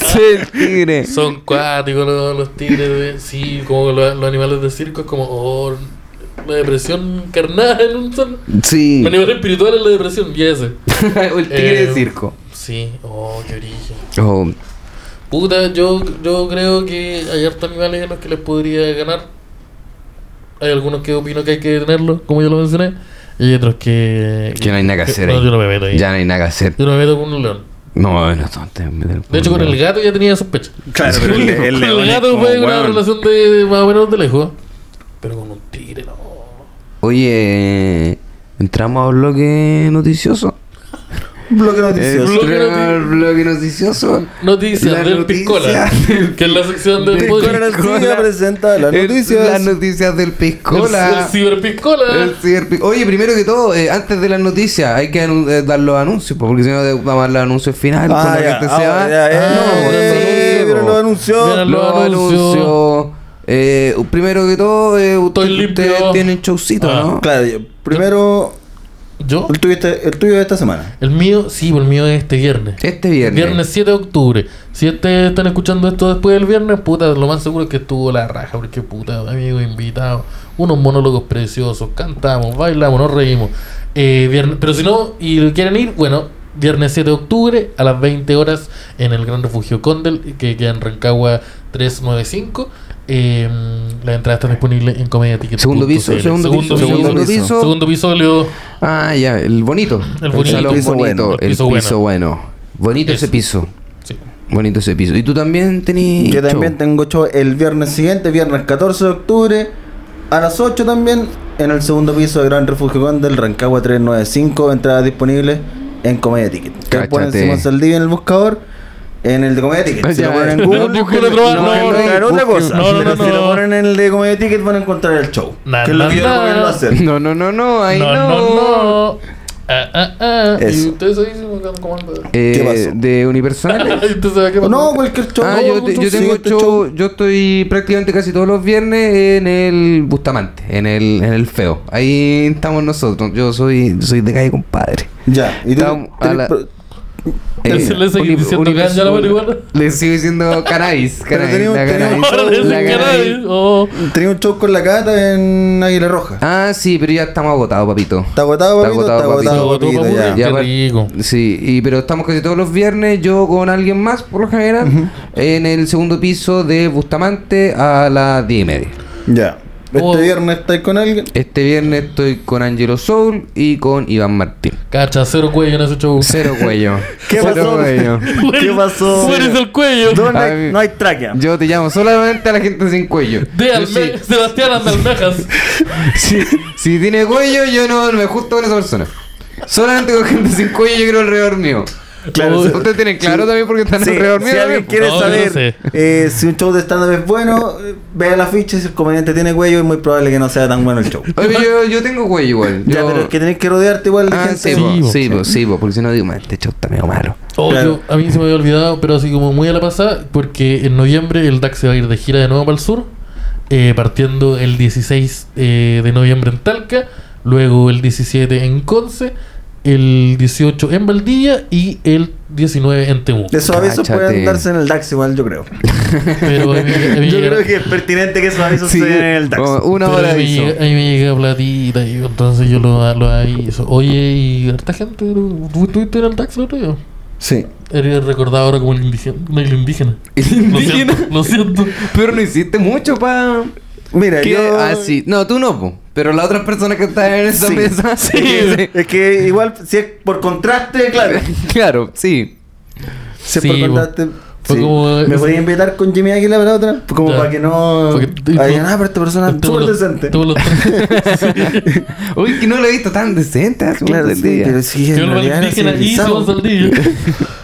Speaker 1: Sí, el tigre.
Speaker 2: Son cuáticos los, los tigres, güey. sí, como lo- los animales de circo, es como oh, la depresión carnal en un solo.
Speaker 1: Sí.
Speaker 2: El animal espiritual es la depresión, y ese.
Speaker 1: el tigre
Speaker 2: Eh,
Speaker 1: de circo.
Speaker 2: Sí, oh, qué origen.
Speaker 1: Oh,
Speaker 2: Puta, yo, yo creo que hay hartos animales a los que les podría ganar. Hay algunos que opino que hay que detenerlos, como yo lo mencioné, y hay otros que.
Speaker 1: Que no hay nada que hacer
Speaker 2: No,
Speaker 1: ahí.
Speaker 2: yo no me meto ahí.
Speaker 1: ya no hay nada que hacer.
Speaker 2: Yo no me meto con un león.
Speaker 1: No, no, tonte.
Speaker 2: De hecho, con el gato ya tenía sospecha.
Speaker 3: Claro, pero el, el
Speaker 2: con
Speaker 3: león
Speaker 2: el
Speaker 3: es
Speaker 2: gato
Speaker 3: como,
Speaker 2: fue una
Speaker 3: weón.
Speaker 2: relación de, de más o menos de lejos. Pero con un tigre, no.
Speaker 1: Oye, entramos a un bloque noticioso.
Speaker 3: Bloque
Speaker 1: Eh,
Speaker 3: noticioso.
Speaker 2: Bloque
Speaker 1: entramos
Speaker 2: noti-
Speaker 1: al bloque noticioso.
Speaker 2: Noticias
Speaker 1: La
Speaker 2: del
Speaker 1: noticia
Speaker 2: Piscola.
Speaker 1: del
Speaker 2: que es la sección del
Speaker 1: Piscola.
Speaker 2: podcast.
Speaker 1: Piscola.
Speaker 3: presenta las
Speaker 1: El-
Speaker 3: noticias.
Speaker 1: Las noticias del
Speaker 2: El, el
Speaker 1: Piscola.
Speaker 2: ciberpiscola.
Speaker 1: El ciberpi- Oye, primero que todo, eh, antes de las noticias, hay que anu- eh, dar los anuncios, po, porque si no, te vamos a dar los anuncios finales.
Speaker 3: Ah,
Speaker 1: cuando la
Speaker 3: ya.
Speaker 1: gente
Speaker 3: Ah,
Speaker 1: se va.
Speaker 3: ya, eh,
Speaker 1: No, dando
Speaker 2: eh, eh,
Speaker 1: anuncios,
Speaker 3: pero
Speaker 1: po.
Speaker 3: lo anunció.
Speaker 2: Vean
Speaker 1: Los
Speaker 2: Los
Speaker 1: anuncios.
Speaker 2: anuncios.
Speaker 1: Eh, primero que todo, eh, usted-
Speaker 2: Estoy
Speaker 1: ustedes
Speaker 2: limpio.
Speaker 1: tienen showcito,
Speaker 2: Ah,
Speaker 1: ¿no?
Speaker 3: Claro, yo- primero,
Speaker 2: ¿Yo?
Speaker 3: el tuyo, este- el tuyo de esta semana.
Speaker 2: El mío, sí, el mío es este viernes.
Speaker 1: Este viernes.
Speaker 2: Viernes 7 de octubre. Si este- están escuchando esto después del viernes, puta, lo más seguro es que estuvo la raja, porque puta, amigos invitados, unos monólogos preciosos, cantamos, bailamos, nos reímos. Eh, viernes- pero si no, y quieren ir, bueno, viernes 7 de octubre a las 20 horas en el Gran Refugio Condel, que queda en Rancagua 395. Eh, las entradas están disponibles en Comedia Ticket.
Speaker 1: Segundo piso, segundo piso,
Speaker 3: segundo
Speaker 2: segundo piso.
Speaker 1: piso.
Speaker 2: Segundo piso, Leo.
Speaker 1: Ah, ya, el bonito.
Speaker 2: El bonito.
Speaker 1: salón
Speaker 2: El piso
Speaker 1: bonito.
Speaker 2: bueno.
Speaker 1: El piso, bueno. Bonito
Speaker 2: Eso.
Speaker 1: ese piso.
Speaker 2: Sí.
Speaker 1: Bonito ese piso. Y tú también tenías.
Speaker 3: Yo también tengo show el viernes siguiente, viernes 14 de octubre, a las 8 también, en el segundo piso de Gran Refugio Condel, Rancagua 395, entradas disponibles en Comedia Ticket. Que ponen
Speaker 1: Cáchate.
Speaker 3: Simón Saldivia en el buscador, en el de Comedia Ticket. Si
Speaker 1: Ya,
Speaker 3: lo ponen
Speaker 1: no
Speaker 3: en Google,
Speaker 2: busquen otro-
Speaker 3: van a
Speaker 2: no, no,
Speaker 3: encontrar otra
Speaker 1: busquen-
Speaker 3: cosa.
Speaker 2: no, no,
Speaker 3: Pero
Speaker 2: no,
Speaker 3: si
Speaker 2: no.
Speaker 3: lo ponen en el de Comedia Ticket, van a encontrar el show.
Speaker 2: Na,
Speaker 3: que es lo
Speaker 2: na,
Speaker 3: que yo
Speaker 2: na.
Speaker 3: recomiendo hacer.
Speaker 1: No, no, no, no. Ahí
Speaker 2: no,
Speaker 1: no.
Speaker 2: no, no. Ah, ah, ah. Y
Speaker 3: Eso.
Speaker 2: ustedes ahí se me quedan como anda.
Speaker 1: Eh,
Speaker 3: ¿Qué pasó?
Speaker 1: De unipersonal.
Speaker 2: Y ustedes saben qué pasó.
Speaker 3: No, cualquier show.
Speaker 1: Ah,
Speaker 3: no,
Speaker 1: yo,
Speaker 3: algún
Speaker 1: te- yo
Speaker 3: show,
Speaker 1: tengo
Speaker 3: siguiente
Speaker 1: show, yo estoy prácticamente casi todos los viernes en el Bustamante, en el, en el feo. Ahí estamos nosotros. Yo soy, soy de calle compadre. Eh,
Speaker 3: Ya, y tú,
Speaker 1: Estamos a
Speaker 3: tenés
Speaker 1: la-
Speaker 3: pro-
Speaker 2: Él se le sigue diciendo ganja a la marihuana.
Speaker 1: Le sigo diciendo cannabis,
Speaker 3: Pero
Speaker 1: cannabis,
Speaker 3: tenemos-
Speaker 1: la cannabis,
Speaker 3: tenemos-
Speaker 2: Ahora le dicen
Speaker 1: la
Speaker 2: que
Speaker 1: cannabis.
Speaker 2: nadie. Oh.
Speaker 3: tenía un show con la cata en Águila Roja.
Speaker 1: Ah, sí, pero ya estamos agotados, papito.
Speaker 3: Está agotado,
Speaker 1: Está
Speaker 3: papito, está
Speaker 1: agotado,
Speaker 3: agotado,
Speaker 2: papito.
Speaker 3: papito,
Speaker 2: Agotado,
Speaker 3: ya.
Speaker 2: papito. Qué
Speaker 1: apart-
Speaker 2: rico.
Speaker 1: Sí, y, pero estamos casi todos los viernes, yo con alguien más, por lo general, en el segundo piso de Bustamante a las 10 y media.
Speaker 3: Ya. Este
Speaker 2: Oh.
Speaker 3: viernes estáis con alguien.
Speaker 1: Este viernes estoy con Angelo Soul y con Iván Martín.
Speaker 2: Cacha, cero cuello en ese show.
Speaker 1: Cero cuello.
Speaker 3: ¿Qué
Speaker 1: Cero
Speaker 3: pasó?
Speaker 1: cuello.
Speaker 2: Tú eres-
Speaker 3: ¿Qué pasó?
Speaker 2: Tú eres el cuello.
Speaker 3: No, no
Speaker 1: A
Speaker 3: hay,
Speaker 1: mí-
Speaker 3: no hay tráquea.
Speaker 1: Yo te llamo solamente a la gente sin cuello.
Speaker 2: De
Speaker 1: Yo
Speaker 2: Alme- Sebastián Andalmejas.
Speaker 1: si, si- si tiene cuello, yo no me justo con esa persona. Solamente con gente sin cuello yo quiero alrededor mío.
Speaker 3: Claro, sí.
Speaker 1: Ustedes tienen claro también porque están
Speaker 3: Sí,
Speaker 1: alrededor mío.
Speaker 3: si
Speaker 1: también,
Speaker 3: alguien
Speaker 1: po.
Speaker 3: quiere
Speaker 2: No, yo
Speaker 3: saber
Speaker 2: no sé.
Speaker 3: eh, si un show de stand-up es bueno, eh, vea la ficha y si el comediante tiene cuello es muy probable que no sea tan bueno el show.
Speaker 1: Oye, yo, yo tengo cuello igual.
Speaker 3: Ya,
Speaker 1: Yo-
Speaker 3: pero es que tenés que rodearte igual de
Speaker 1: Ah,
Speaker 3: gente.
Speaker 1: sí,
Speaker 2: Sí,
Speaker 1: po,
Speaker 2: po.
Speaker 1: sí, po, sí, po, porque si no digo, "Man, este show está medio malo.
Speaker 2: Oh,
Speaker 3: Claro.
Speaker 2: yo- a mí se me había olvidado, pero así como muy a la pasada, porque en noviembre el DAX se va a ir de gira de nuevo para el sur, eh, partiendo el 16 eh, de noviembre en Talca, luego el 17 en Conce, el 18 en Valdivia y el 19 en Temuco.
Speaker 3: Esos avisos
Speaker 1: Cáchate.
Speaker 3: pueden darse en el DAX igual, yo creo.
Speaker 2: Pero a mí- a mí
Speaker 3: Yo
Speaker 2: llega-
Speaker 3: creo que es pertinente que esos avisos
Speaker 1: Sí,
Speaker 3: se den en Ah, el DAX.
Speaker 1: como uh. una
Speaker 2: pero
Speaker 1: hora
Speaker 2: a
Speaker 1: de
Speaker 2: mí me llega-
Speaker 1: eso.
Speaker 2: a mí me llega platita y entonces yo lo, lo aviso. Oye, y harta gente, ¿tú estuviste en el DAX el otro día?
Speaker 3: Sí.
Speaker 2: Eres recordado ahora como el indígena. No, el indígena. Lo
Speaker 1: Indígena.
Speaker 2: siento, lo siento.
Speaker 1: Pero no hiciste mucho pa...
Speaker 3: Mira,
Speaker 1: ¿Qué?
Speaker 3: yo...
Speaker 1: Ah, sí. No, tú no, po. Pero las otras personas que están en esa
Speaker 3: Sí.
Speaker 1: mesa... Sí.
Speaker 3: Es que igual, si es por contraste, claro.
Speaker 1: claro, sí.
Speaker 3: Si es
Speaker 2: Sí,
Speaker 3: por
Speaker 2: bo.
Speaker 3: contraste...
Speaker 2: Fue
Speaker 3: sí.
Speaker 2: como, eh,
Speaker 3: Me podía invitar con Jimmy Águila para otra, como
Speaker 2: Ya.
Speaker 3: para que no...
Speaker 2: Porque- y tú-
Speaker 3: Ay, nada, pero esta persona es
Speaker 2: Tuvo
Speaker 3: súper
Speaker 2: los-
Speaker 3: decente.
Speaker 2: tuvo los tres.
Speaker 1: Uy, que no lo he visto tan decente. hace
Speaker 3: Claro,
Speaker 1: un
Speaker 3: sí,
Speaker 1: día.
Speaker 3: pero sí,
Speaker 2: Yo
Speaker 3: en
Speaker 2: lo
Speaker 3: realidad era
Speaker 2: indígena y
Speaker 3: civilizado.
Speaker 2: Simón Saldivia.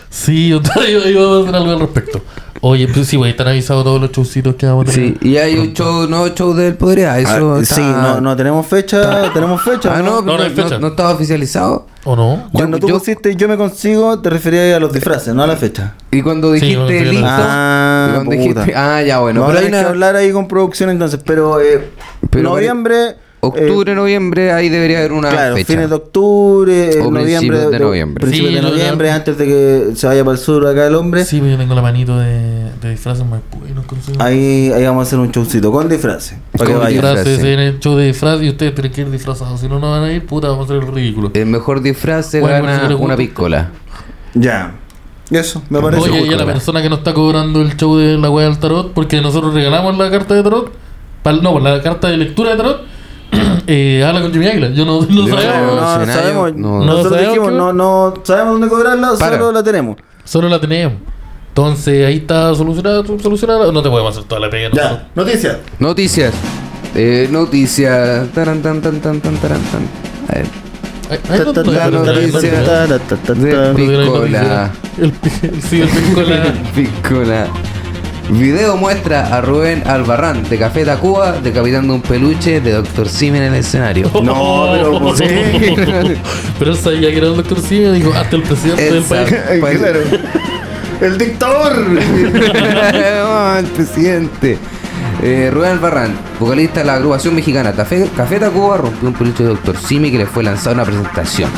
Speaker 2: Sí, yo, yo, yo iba a hacer algo al respecto. Oye, pues sí, güey, están avisados todos los showcitos que vamos a tener.
Speaker 1: Sí, y hay un show, no show del Podría. Eso
Speaker 3: Ah,
Speaker 1: está-
Speaker 3: Sí, no, no tenemos fecha, tenemos fecha.
Speaker 1: Ah, no,
Speaker 2: No, no
Speaker 1: no,
Speaker 2: hay fecha.
Speaker 1: no- no estaba oficializado.
Speaker 2: ¿O no?
Speaker 3: Cuando
Speaker 1: Yo-
Speaker 3: tú
Speaker 1: yo-
Speaker 3: pusiste yo me consigo, te referías a los disfraces, no a la fecha.
Speaker 1: Y cuando
Speaker 2: Sí,
Speaker 1: dijiste
Speaker 2: bueno, sí,
Speaker 1: listo.
Speaker 3: Ah,
Speaker 1: y cuando
Speaker 3: puta.
Speaker 1: dijiste- ah, ya, bueno.
Speaker 3: Vamos
Speaker 1: pero
Speaker 3: a
Speaker 1: hay
Speaker 3: tener que
Speaker 1: una-
Speaker 3: hablar ahí con producción entonces, pero, eh,
Speaker 1: Pero-
Speaker 3: noviembre... eh,
Speaker 1: Octubre, noviembre, ahí debería haber una
Speaker 3: claro,
Speaker 1: fecha.
Speaker 3: fines de octubre, eh,
Speaker 1: O
Speaker 3: noviembre,
Speaker 1: principios de noviembre.
Speaker 3: principios
Speaker 2: Sí,
Speaker 3: de
Speaker 2: yo-
Speaker 3: noviembre, antes de que se vaya para el sur acá el hombre.
Speaker 2: Sí, pues yo tengo la manito de, de disfraces en Maipú y no consigo.
Speaker 3: Ahí, ahí vamos a hacer un showcito con disfraces. Para que
Speaker 1: Con
Speaker 3: vayan.
Speaker 1: disfraces.
Speaker 2: disfraces
Speaker 1: disfraces.
Speaker 2: en el show de disfraz y ustedes tienen que ir disfrazados. Si no, no van a ir, puta, vamos a hacer el ridículo.
Speaker 3: Eh,
Speaker 1: El mejor disfraz se
Speaker 2: Bueno, si
Speaker 1: gana
Speaker 2: les gusta.
Speaker 1: una piscola.
Speaker 3: Ya. Eso, me parece.
Speaker 2: Oye, y a la
Speaker 1: Claro.
Speaker 2: persona que nos está cobrando el show de la wea del tarot, porque nosotros regalamos la carta de tarot, pal- no, la carta de lectura de tarot, eh, habla con Jimmy Águila. Yo no, no
Speaker 1: Yo
Speaker 2: sabía,
Speaker 1: no,
Speaker 3: No,
Speaker 2: weón.
Speaker 3: no,
Speaker 1: escenario,
Speaker 3: sabemos.
Speaker 1: no.
Speaker 2: No
Speaker 3: Nosotros
Speaker 2: sabemos
Speaker 3: dijimos,
Speaker 2: qué-
Speaker 3: no, no sabemos dónde cobrarla,
Speaker 1: Para.
Speaker 3: solo la tenemos.
Speaker 2: solo la teníamos. Entonces ahí está solucionada, tú- solucionada. No te podemos hacer toda la pega. nosotros.
Speaker 3: Ya, noticias.
Speaker 1: Noticias. Eh, noticias. Taran, tan, tan, tan, tan, taran, tan. A ver.
Speaker 2: Ay, ay, no, no, no,
Speaker 1: La
Speaker 2: no, no, no, no, no,
Speaker 1: noticia.
Speaker 2: no, no,
Speaker 1: De
Speaker 2: no, no, no, no,
Speaker 1: Piscola.
Speaker 2: El pi- Sí, el piscola.
Speaker 1: Piscola. Video muestra a Rubén Albarrán de Café Tacuba decapitando un peluche de Dr. Sim en el escenario.
Speaker 3: No, pero, pues, sí.
Speaker 2: Pero él sabía que era el doctor Simio. Dijo, hasta el presidente del
Speaker 1: Exacto.
Speaker 2: país.
Speaker 1: Pues-
Speaker 3: Claro. El dictador.
Speaker 1: Ah, el presidente. Eh, Rubén Albarrán, vocalista de la agrupación mexicana Café, Café Tacuba, rompió un peluche de Dr. Simi que le fue lanzado en una presentación.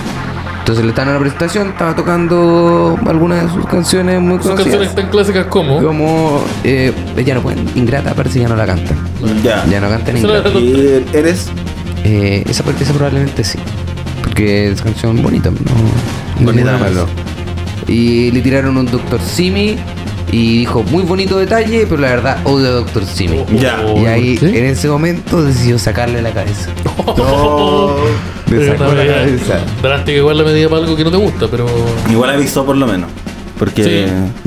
Speaker 1: Entonces le están en una presentación, estaba tocando algunas de sus canciones muy
Speaker 2: Sus canciones
Speaker 1: conocidas.
Speaker 2: tan clásicas como.
Speaker 1: Como eh, ya no pueden, Ingrata parece que ya no la cantan.
Speaker 3: ya.
Speaker 1: Ya no cantan
Speaker 2: Eso era
Speaker 1: Ingrata.
Speaker 3: Y eres
Speaker 1: Eh, esa, parte- esa probablemente sí. Porque es canción bonita. No,
Speaker 3: Bonita
Speaker 1: no tiene nada
Speaker 3: nomás.
Speaker 1: malo. Y le tiraron un Dr. Simi y dijo, muy bonito detalle, pero la verdad odio a Dr. Simi.
Speaker 3: Ya.
Speaker 2: Oh,
Speaker 1: y ahí,
Speaker 2: ¿por qué?
Speaker 1: en ese momento, decidió sacarle la cabeza.
Speaker 3: No.
Speaker 1: Le
Speaker 2: Es
Speaker 1: sacó
Speaker 2: una
Speaker 1: la
Speaker 2: medida
Speaker 1: cabeza.
Speaker 2: Drástica igual la medida para algo que no te gusta, pero.
Speaker 3: Igual avisó por lo menos. Porque.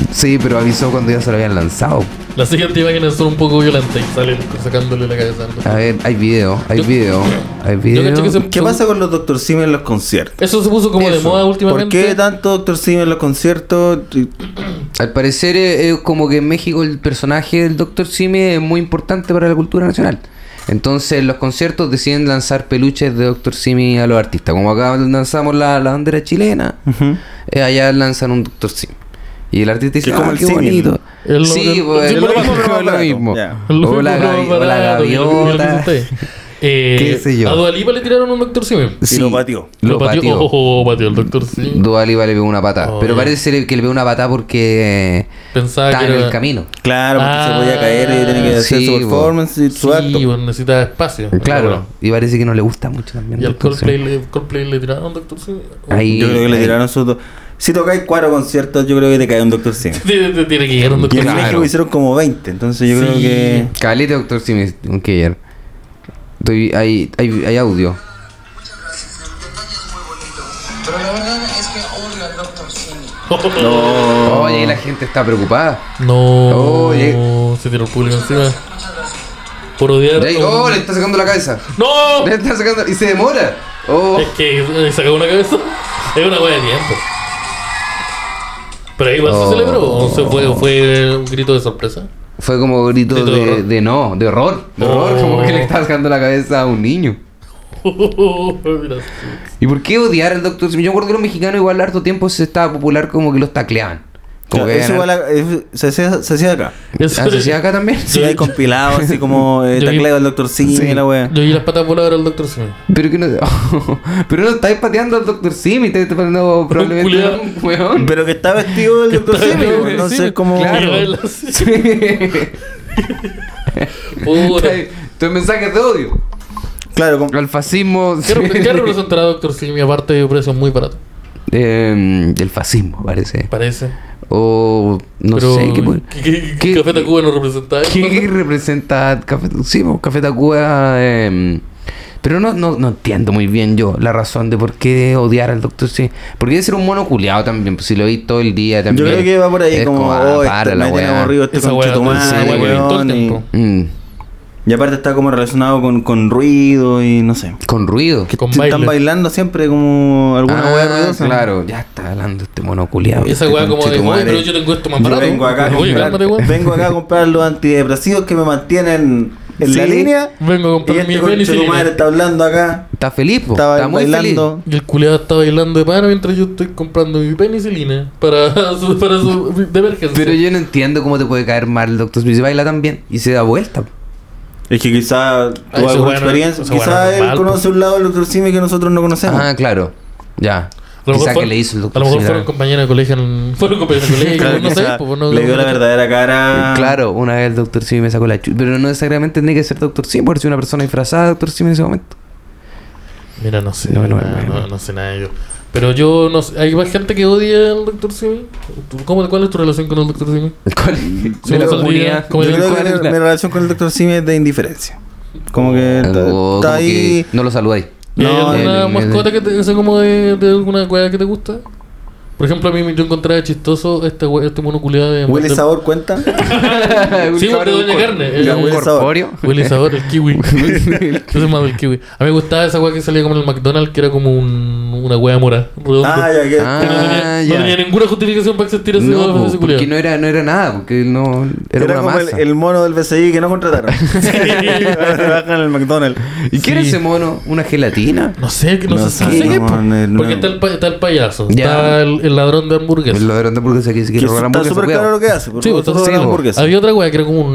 Speaker 2: Sí.
Speaker 1: Sí, pero avisó cuando ya se lo habían lanzado.
Speaker 2: Las siguientes imágenes son un poco violentas y salen sacándole la cabeza. al
Speaker 1: A
Speaker 2: doctor.
Speaker 1: ver, hay video, hay
Speaker 2: Yo-
Speaker 1: video, hay
Speaker 2: Yo
Speaker 1: video.
Speaker 2: cacho que se-
Speaker 3: ¿Qué pasa con los Dr. Sim en los conciertos?
Speaker 2: Eso se puso como de
Speaker 1: Eso.
Speaker 2: moda
Speaker 3: ¿Por
Speaker 2: Ah, últimamente.
Speaker 3: qué tanto Dr. Sim en los conciertos?
Speaker 1: Al parecer eh, es como que en México el personaje del Dr. Simi es muy importante para la cultura nacional. Entonces en los conciertos deciden lanzar peluches de Dr. Simi a los artistas. Como acá lanzamos la, la bandera chilena, eh, allá lanzan un Dr. Simi. Y el artista dice,
Speaker 3: Que es como
Speaker 1: ah,
Speaker 3: el
Speaker 1: qué
Speaker 3: símil.
Speaker 1: bonito.
Speaker 2: Es lo-
Speaker 1: sí,
Speaker 2: el-
Speaker 1: pues,
Speaker 2: sí,
Speaker 1: es lo
Speaker 2: pero
Speaker 1: mismo,
Speaker 3: más
Speaker 1: pero es lo
Speaker 3: barato.
Speaker 1: mismo.
Speaker 3: Ya.
Speaker 2: Lo
Speaker 1: O la,
Speaker 2: mismo,
Speaker 1: gavi-
Speaker 2: pero
Speaker 1: o la
Speaker 2: barato, que lo que
Speaker 1: gaviota.
Speaker 2: pregunté. Eh,
Speaker 1: Qué sé yo.
Speaker 2: A Dualipa le tiraron un doctor Simi.
Speaker 3: Y lo pateó.
Speaker 1: Lo pateó.
Speaker 2: Oh, oh, oh, pateó el doctor Simi.
Speaker 1: Dualipa le pegó una patada.
Speaker 2: Oh,
Speaker 1: pero
Speaker 2: ya.
Speaker 1: parece que le pegó una patada porque
Speaker 2: Pensaba
Speaker 1: está
Speaker 2: que
Speaker 1: en
Speaker 2: era.
Speaker 1: el camino.
Speaker 3: Claro, porque
Speaker 2: Ah,
Speaker 3: se podía caer y tenía que hacer
Speaker 1: sí,
Speaker 3: su
Speaker 1: bo.
Speaker 3: performance y su acto.
Speaker 2: Sí, bueno, necesita espacio.
Speaker 1: Claro.
Speaker 2: Bueno,
Speaker 1: Y parece que no le gusta mucho también.
Speaker 2: Y al
Speaker 1: Dr. Simi.
Speaker 2: Coldplay le, Coldplay le tiraron doctor Simi.
Speaker 1: Ahí-
Speaker 3: Yo creo que le
Speaker 1: ahí-
Speaker 3: tiraron sus dos. Si tocáis cuatro conciertos, yo creo que te cae un Dr. Sim.
Speaker 2: Tiene tiene que llegar un
Speaker 3: Y
Speaker 2: doctor
Speaker 3: en
Speaker 2: Simi.
Speaker 1: Claro.
Speaker 3: México hicieron como 20, entonces yo
Speaker 2: Sí.
Speaker 3: creo que.
Speaker 1: Caleta, doctor Simi, un Keyer. Estoy, hay, hay, hay audio.
Speaker 4: Pero la verdad es que odio al Dr. Simi.
Speaker 1: Oye, ahí la gente está preocupada.
Speaker 2: No.
Speaker 1: Oye.
Speaker 2: Se tiró el público encima. Por odiar.
Speaker 1: Ya ahí-
Speaker 2: a un-
Speaker 1: oh, le está sacando la cabeza.
Speaker 2: ¡No!
Speaker 1: Le está sacando y se demora. Oh,
Speaker 2: Es que le sacó una cabeza. Es una wea de tiempo. Pero ahí igual
Speaker 1: Oh.
Speaker 2: se celebró. ¿O se fue, fue un grito de sorpresa?
Speaker 1: fue como grito
Speaker 2: Grito de
Speaker 1: de,
Speaker 2: horror.
Speaker 1: de no, de horror. De horror,
Speaker 2: Oh.
Speaker 1: como que le está sacando la cabeza a un niño.
Speaker 2: Mira,
Speaker 1: ¿Y por qué odiar al doctor Simi? Yo me acuerdo que los mexicanos igual harto tiempo se estaba popular como que los tacleaban. Como
Speaker 3: Claro,
Speaker 1: que
Speaker 3: eso
Speaker 1: eran-
Speaker 3: igual a- eh, se hacía se hacía acá.
Speaker 1: Ah, ¿se hacía acá también?
Speaker 3: Sí, hay compilados así como eh,
Speaker 2: Yo vi-
Speaker 3: tecleo del Dr. Sim
Speaker 1: Sí.
Speaker 3: y la wea.
Speaker 2: Yo vi las patas voladoras al doctor Simi.
Speaker 1: Pero que no. pero no estáis pateando al doctor Simi, estáis pateando probablemente a un weón.
Speaker 3: Pero que está vestido el Dr. Sim,
Speaker 2: vestido el Dr.
Speaker 3: entonces
Speaker 2: Simi,
Speaker 3: como.
Speaker 2: claro.
Speaker 1: Sí.
Speaker 2: Puta.
Speaker 1: Tus mensajes de odio.
Speaker 3: Claro, como-
Speaker 1: Al fascismo.
Speaker 2: ¿Qué, re- qué representará doctor Simi aparte de un precio muy barato?
Speaker 1: Eh, el fascismo, parece.
Speaker 2: Parece.
Speaker 1: O no
Speaker 2: Pero,
Speaker 1: sé qué. pu-
Speaker 2: ¿qué- qué-
Speaker 1: qué-
Speaker 2: Café Tacuba no representa eso?
Speaker 1: ¿Qué representa Café Sí, pues, Café Tacuba. eh, pero no, no, no entiendo muy bien yo la razón de por qué odiar al doctor Simi. Porque debe ser un mono culiado también, pues si lo vi todo el día
Speaker 3: yo
Speaker 1: también.
Speaker 3: creo que va por ahí
Speaker 1: Es
Speaker 3: como.
Speaker 1: ah,
Speaker 3: Oh,
Speaker 1: para
Speaker 3: este,
Speaker 1: la
Speaker 3: me tiene
Speaker 1: weá.
Speaker 3: aburrido este
Speaker 2: Esa wea- esa
Speaker 3: conchetumare,
Speaker 2: wea que vi todo el
Speaker 3: weón. y-
Speaker 2: tiempo.
Speaker 1: Mm.
Speaker 3: Y aparte está como relacionado con, con ruido y no sé.
Speaker 1: Con ruido.
Speaker 3: Que
Speaker 2: Con
Speaker 3: se están
Speaker 2: baile.
Speaker 3: bailando siempre como alguna
Speaker 1: Ah,
Speaker 3: hueá ruidosa.
Speaker 1: claro, ya está hablando este monoculiado.
Speaker 2: Esa weá como de,
Speaker 3: Conchetumare.
Speaker 2: oye, pero yo tengo esto más
Speaker 3: Yo
Speaker 2: barato.
Speaker 3: vengo acá, a
Speaker 2: Oye,
Speaker 3: comprar,
Speaker 2: cálmate, weón.
Speaker 3: vengo acá a comprar los antidepresivos que me mantienen en la Sí. línea.
Speaker 2: Vengo a comprar
Speaker 3: Y
Speaker 2: mi
Speaker 3: este
Speaker 2: penicilina.
Speaker 3: conchetumadre está hablando acá.
Speaker 1: Está feliz, po,
Speaker 3: Estaba
Speaker 1: está muy feliz.
Speaker 3: bailando.
Speaker 2: Y el culiado está bailando de pana mientras yo estoy comprando mi penicilina para su, para su de emergencia.
Speaker 1: Pero yo no entiendo cómo te puede caer mal el doctor Smith. Si baila tan bien y se da vuelta. po.
Speaker 3: Es que quizá
Speaker 2: Ah,
Speaker 3: tuvo
Speaker 2: ese
Speaker 3: alguna
Speaker 2: bueno,
Speaker 3: experiencia.
Speaker 2: ese bueno
Speaker 3: Quizá
Speaker 2: es
Speaker 3: él
Speaker 2: normal,
Speaker 3: conoce un lado del doctor Simi que nosotros no conocemos.
Speaker 1: Ah, claro. Ya.
Speaker 2: A lo mejor
Speaker 1: Quizá que
Speaker 2: fueron-
Speaker 1: le hizo el
Speaker 2: A
Speaker 1: doctor
Speaker 2: lo mejor
Speaker 1: Smith,
Speaker 2: fueron
Speaker 1: claro.
Speaker 2: compañeros de colegio, en- fueron compañeros de colegio,
Speaker 3: Claro,
Speaker 2: no sé,
Speaker 3: quizá
Speaker 2: pues, no-
Speaker 3: le
Speaker 2: no-
Speaker 3: dio la verdadera cara.
Speaker 1: Claro, una vez el doctor Simi me sacó la chucha. Pero no necesariamente tiene que ser doctor Simi, por si una persona disfrazada de doctor Simi en ese momento.
Speaker 2: Mira, no sé,
Speaker 1: No,
Speaker 2: no,
Speaker 1: no,
Speaker 2: nada,
Speaker 1: no.
Speaker 2: no- no sé nada de yo. Pero yo no sé, hay más gente que odia al Dr. Simi. ¿Tú- ¿Cómo, ¿Cuál es tu relación con el Dr. Simi?
Speaker 1: ¿Cuál? De la
Speaker 2: Como
Speaker 1: comunidad.
Speaker 2: saldría, como
Speaker 3: Yo
Speaker 2: el-
Speaker 3: creo que
Speaker 1: cual-
Speaker 3: mi- mi relación con el doctor Simi es de indiferencia. Como que está,
Speaker 1: O Ah,
Speaker 3: está
Speaker 1: Oh, como
Speaker 3: ahí.
Speaker 1: que no lo saludáis.
Speaker 2: ¿Y ¿Hay
Speaker 3: No,
Speaker 2: alguna
Speaker 1: el- el-
Speaker 2: mascota que te o sea, como de, de alguna weá que te gusta? Por ejemplo, a mí yo encontraba chistoso este, we- este mono culiado de...
Speaker 3: ¿Huele
Speaker 2: de-
Speaker 3: sabor cuenta?
Speaker 2: Sí, porque doña carne. eh,
Speaker 3: Ya,
Speaker 1: Un
Speaker 3: huele sabor.
Speaker 1: corpóreo.
Speaker 2: Huele sabor, el kiwi. Yo soy más del kiwi. A mí me gustaba esa weá que salía como en el McDonald's, que era como un, una weá mora. redonda.
Speaker 3: ah, ya que.
Speaker 2: Que no, tenía,
Speaker 1: Ah,
Speaker 2: no
Speaker 1: ya.
Speaker 2: tenía ninguna justificación para existir ese
Speaker 1: No,
Speaker 2: no,
Speaker 1: po, porque no era, no era nada, porque no era,
Speaker 3: Era,
Speaker 1: una
Speaker 3: como el,
Speaker 1: masa.
Speaker 3: el mono del BCI que no contrataron. Ahora se bajan en el McDonald's.
Speaker 1: ¿Y qué era
Speaker 2: Sí.
Speaker 1: ese mono? ¿Una gelatina?
Speaker 2: No sé, que no,
Speaker 3: No
Speaker 2: se
Speaker 3: sé,
Speaker 2: sabe.
Speaker 3: no,
Speaker 2: qué, po.
Speaker 3: no, no.
Speaker 2: Porque está el, pa- está el payaso,
Speaker 1: Ya.
Speaker 2: está el, el ladrón de hamburguesas.
Speaker 1: El ladrón de hamburguesa que se
Speaker 3: Que
Speaker 1: quiere robar
Speaker 3: está
Speaker 1: hamburguesa.
Speaker 3: súper
Speaker 1: cuidado.
Speaker 3: claro lo que hace. por
Speaker 2: Sí,
Speaker 3: favor,
Speaker 2: pues,
Speaker 3: solo
Speaker 1: sí,
Speaker 3: la
Speaker 1: pues,
Speaker 3: hamburguesa.
Speaker 2: Había otra weá que era como un,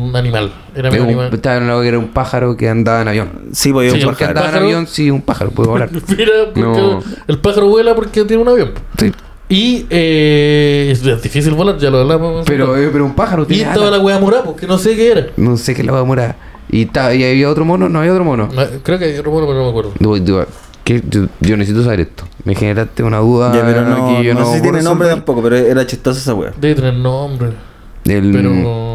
Speaker 2: un animal. Era
Speaker 1: Era
Speaker 2: medio
Speaker 1: un,
Speaker 2: animal.
Speaker 1: estaba en la- era un pájaro que andaba en avión.
Speaker 3: Sí, pues
Speaker 2: Sí,
Speaker 3: yo
Speaker 2: el
Speaker 1: ¿Por qué
Speaker 3: pájaro.
Speaker 1: andaba en
Speaker 2: ¿Pájaro?
Speaker 1: avión? Sí, un pájaro, puede volar.
Speaker 2: Mira, porque
Speaker 1: No.
Speaker 2: el pájaro vuela porque tiene un avión.
Speaker 1: Sí,
Speaker 2: Y eh, es es difícil volar, ya lo hablamos.
Speaker 1: pero, eh, pero un pájaro
Speaker 2: y
Speaker 1: tiene
Speaker 2: estaba
Speaker 1: alas.
Speaker 2: la weá morada, porque no sé qué era.
Speaker 1: No sé qué la va a morar. Y, ta- y había otro mono, no había otro mono.
Speaker 2: No, Creo que hay otro mono, pero no me acuerdo.
Speaker 1: Digo, digo, ¿qué? Yo, yo necesito saber esto. Me generaste una duda.
Speaker 3: Ya, pero no,
Speaker 1: que yo
Speaker 3: no, sé si
Speaker 1: puedo
Speaker 3: tiene
Speaker 1: resolver.
Speaker 3: nombre tampoco, pero era chistosa esa wea.
Speaker 2: Debe tener nombre.
Speaker 1: El-
Speaker 2: Pero. el nombre
Speaker 1: voy-
Speaker 2: no-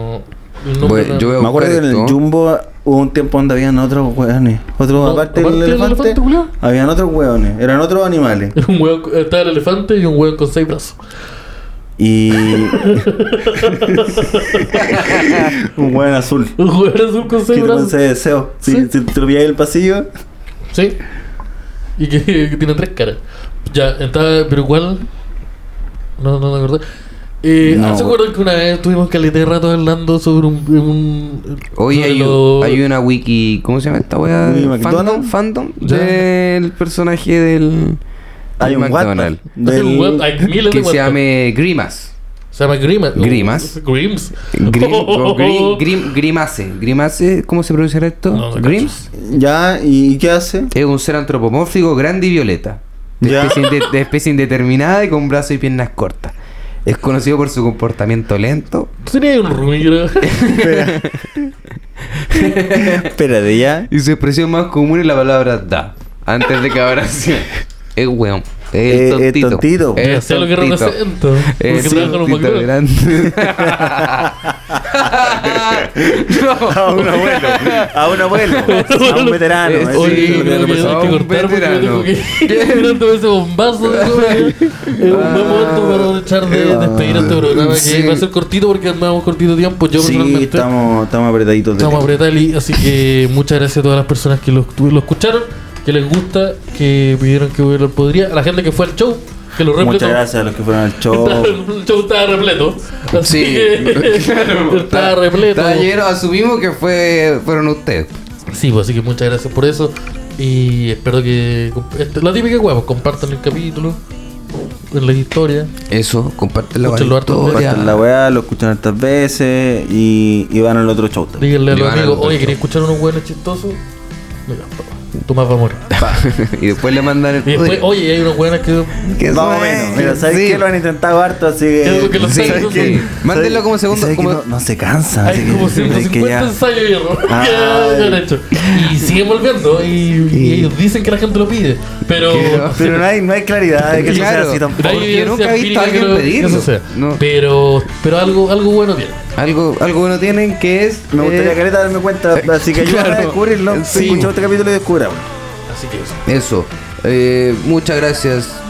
Speaker 1: Mm. yo voy a
Speaker 3: Me acuerdo que
Speaker 1: buscar
Speaker 3: en el
Speaker 1: esto.
Speaker 3: Jumbo hubo un tiempo donde habían otros hueones. Otros,
Speaker 2: No,
Speaker 3: aparte,
Speaker 2: aparte
Speaker 3: del
Speaker 2: del
Speaker 3: elefante,
Speaker 2: elefante, culiao.
Speaker 3: habían otros hueones. Eran otros animales.
Speaker 2: Era un hueón, estaba el elefante y un hueón con seis brazos.
Speaker 3: Y. un hueón azul.
Speaker 2: Un hueón azul con
Speaker 3: Que
Speaker 2: seis
Speaker 3: te
Speaker 2: brazos.
Speaker 3: pensé deseo. Si,
Speaker 2: Sí.
Speaker 3: si te lo pillas en el pasillo.
Speaker 2: Sí. Y que, que tiene tres caras. Ya, estaba, pero igual. No, no me acordé. Eh,
Speaker 3: No,
Speaker 2: ah, ¿Se
Speaker 3: güey.
Speaker 2: acuerdan que una vez estuvimos caleta de rato hablando sobre un. un
Speaker 1: Hoy
Speaker 2: sobre
Speaker 1: hay,
Speaker 2: lo-
Speaker 1: hay una wiki, ¿cómo se llama esta weá?
Speaker 3: Wiki
Speaker 1: Fandom,
Speaker 3: McDonald's.
Speaker 1: fandom
Speaker 2: Ya.
Speaker 1: del personaje del
Speaker 3: Hay
Speaker 1: del
Speaker 3: un
Speaker 1: McDonald's.
Speaker 3: Wattpad
Speaker 2: hay
Speaker 3: del-
Speaker 2: un web- hay miles de
Speaker 1: que se
Speaker 2: webs.
Speaker 1: llame Grimas.
Speaker 2: Se llama Grimas.
Speaker 1: Grimas.
Speaker 2: Grims.
Speaker 1: Grim, o gri- grim- grimace. Grimace, ¿cómo se pronunciará esto?
Speaker 2: No, no cacho.
Speaker 1: Grims.
Speaker 3: Ya, ¿y qué hace?
Speaker 1: Es un ser antropomórfico grande y violeta. De
Speaker 3: Ya.
Speaker 1: especie, inde- de especie indeterminada y con brazos y piernas cortas. Es conocido por su comportamiento lento.
Speaker 2: ¿Tú tenías un rumiro?
Speaker 3: Espérate, ya.
Speaker 1: Y su expresión más común es la palabra da. Antes de que abrace. Es weón. Es
Speaker 3: Eh, es
Speaker 1: tontito.
Speaker 3: tontito.
Speaker 2: Ya sé lo que
Speaker 1: tontito.
Speaker 2: represento. Porque
Speaker 1: Es
Speaker 2: trabajo en un
Speaker 1: tontito
Speaker 2: McDonald's.
Speaker 1: grande.
Speaker 3: A un
Speaker 1: no.
Speaker 3: abuelo. A un abuelo. A un veterano.
Speaker 1: Eh,
Speaker 3: eso
Speaker 2: Oye,
Speaker 3: es
Speaker 1: Sí,
Speaker 2: creo
Speaker 3: lo
Speaker 2: que
Speaker 3: que
Speaker 2: hay
Speaker 1: representa un
Speaker 2: que
Speaker 3: representa.
Speaker 2: cortar porque yo tengo que
Speaker 1: veterano.
Speaker 2: ir mirando ese bombazo. de weón. Es un buen momento para echar de despedir este programa
Speaker 1: Ah, Sí.
Speaker 2: que va a ser cortito porque andamos cortito de tiempo. Yo
Speaker 3: Sí,
Speaker 2: personalmente
Speaker 3: estamos, estamos apretaditos. de
Speaker 2: estamos
Speaker 3: tiempo.
Speaker 2: apretados y- así que muchas gracias a todas las personas que lo, lo escucharon, que les gusta, que pidieron que hubiera el podría, a la gente que fue al show, que lo repletó.
Speaker 3: Muchas gracias a los que fueron al show.
Speaker 2: El show estaba repleto. Así
Speaker 1: Sí,
Speaker 2: que
Speaker 1: claro.
Speaker 2: estaba repleto.
Speaker 1: Está lleno, asumimos que fue, fueron ustedes.
Speaker 2: Sí, pues así que muchas gracias por eso. Y espero que. comp- este- la típica hueá, pues compartan el capítulo, en las historias.
Speaker 1: Eso, comparte la
Speaker 2: Escúchenlo harto,
Speaker 1: historia.
Speaker 3: Compartan la weá, lo escuchan hartas veces y, y van al otro show. también.
Speaker 2: Díganle a
Speaker 1: Le
Speaker 2: los
Speaker 1: van a
Speaker 2: amigos,
Speaker 1: contar
Speaker 2: oye,
Speaker 1: todo.
Speaker 2: ¿querés escuchar unos hueones chistosos? Mira, Tomás va a morir.
Speaker 1: y después le mandan el
Speaker 2: Y
Speaker 1: poder.
Speaker 2: después, oye, hay unos hueones que.
Speaker 1: Que
Speaker 3: Más o
Speaker 1: suene.
Speaker 3: menos. Mira, ¿sabes
Speaker 1: Sí.
Speaker 3: que lo han intentado harto? Así
Speaker 2: Creo que
Speaker 3: que.
Speaker 2: lo-
Speaker 1: Sí,
Speaker 2: ¿Sabes
Speaker 1: sí.
Speaker 2: qué?
Speaker 1: Mándenlo como segundo.
Speaker 3: ¿Sabes que
Speaker 1: Como...
Speaker 3: no, no se cansa.
Speaker 1: Ah,
Speaker 3: así
Speaker 2: Hay
Speaker 3: que-
Speaker 2: como
Speaker 3: así
Speaker 2: 150 ensayos de error que
Speaker 3: Ay.
Speaker 2: han hecho. Y siguen volviendo. Y, y ellos dicen que la gente lo pide. Pero.
Speaker 3: Pero no hay, no hay claridad de que eso
Speaker 1: Claro.
Speaker 3: sea así tampoco.
Speaker 2: pero hay
Speaker 1: Porque nunca he
Speaker 2: evidencia
Speaker 1: visto
Speaker 2: empírica
Speaker 1: a alguien
Speaker 2: que lo- que
Speaker 1: pedirlo.
Speaker 2: eso sea.
Speaker 1: No.
Speaker 2: Pero, pero algo, algo bueno tiene.
Speaker 1: Algo, algo bueno tienen que es.
Speaker 3: Me gustaría
Speaker 1: eh,
Speaker 3: careta darme cuenta, así que ayúdame a
Speaker 1: claro.
Speaker 3: descubrirlo.
Speaker 1: Sí.
Speaker 3: Escucha este capítulo y descubra.
Speaker 2: Así que eso.
Speaker 1: Eso. Eh, muchas gracias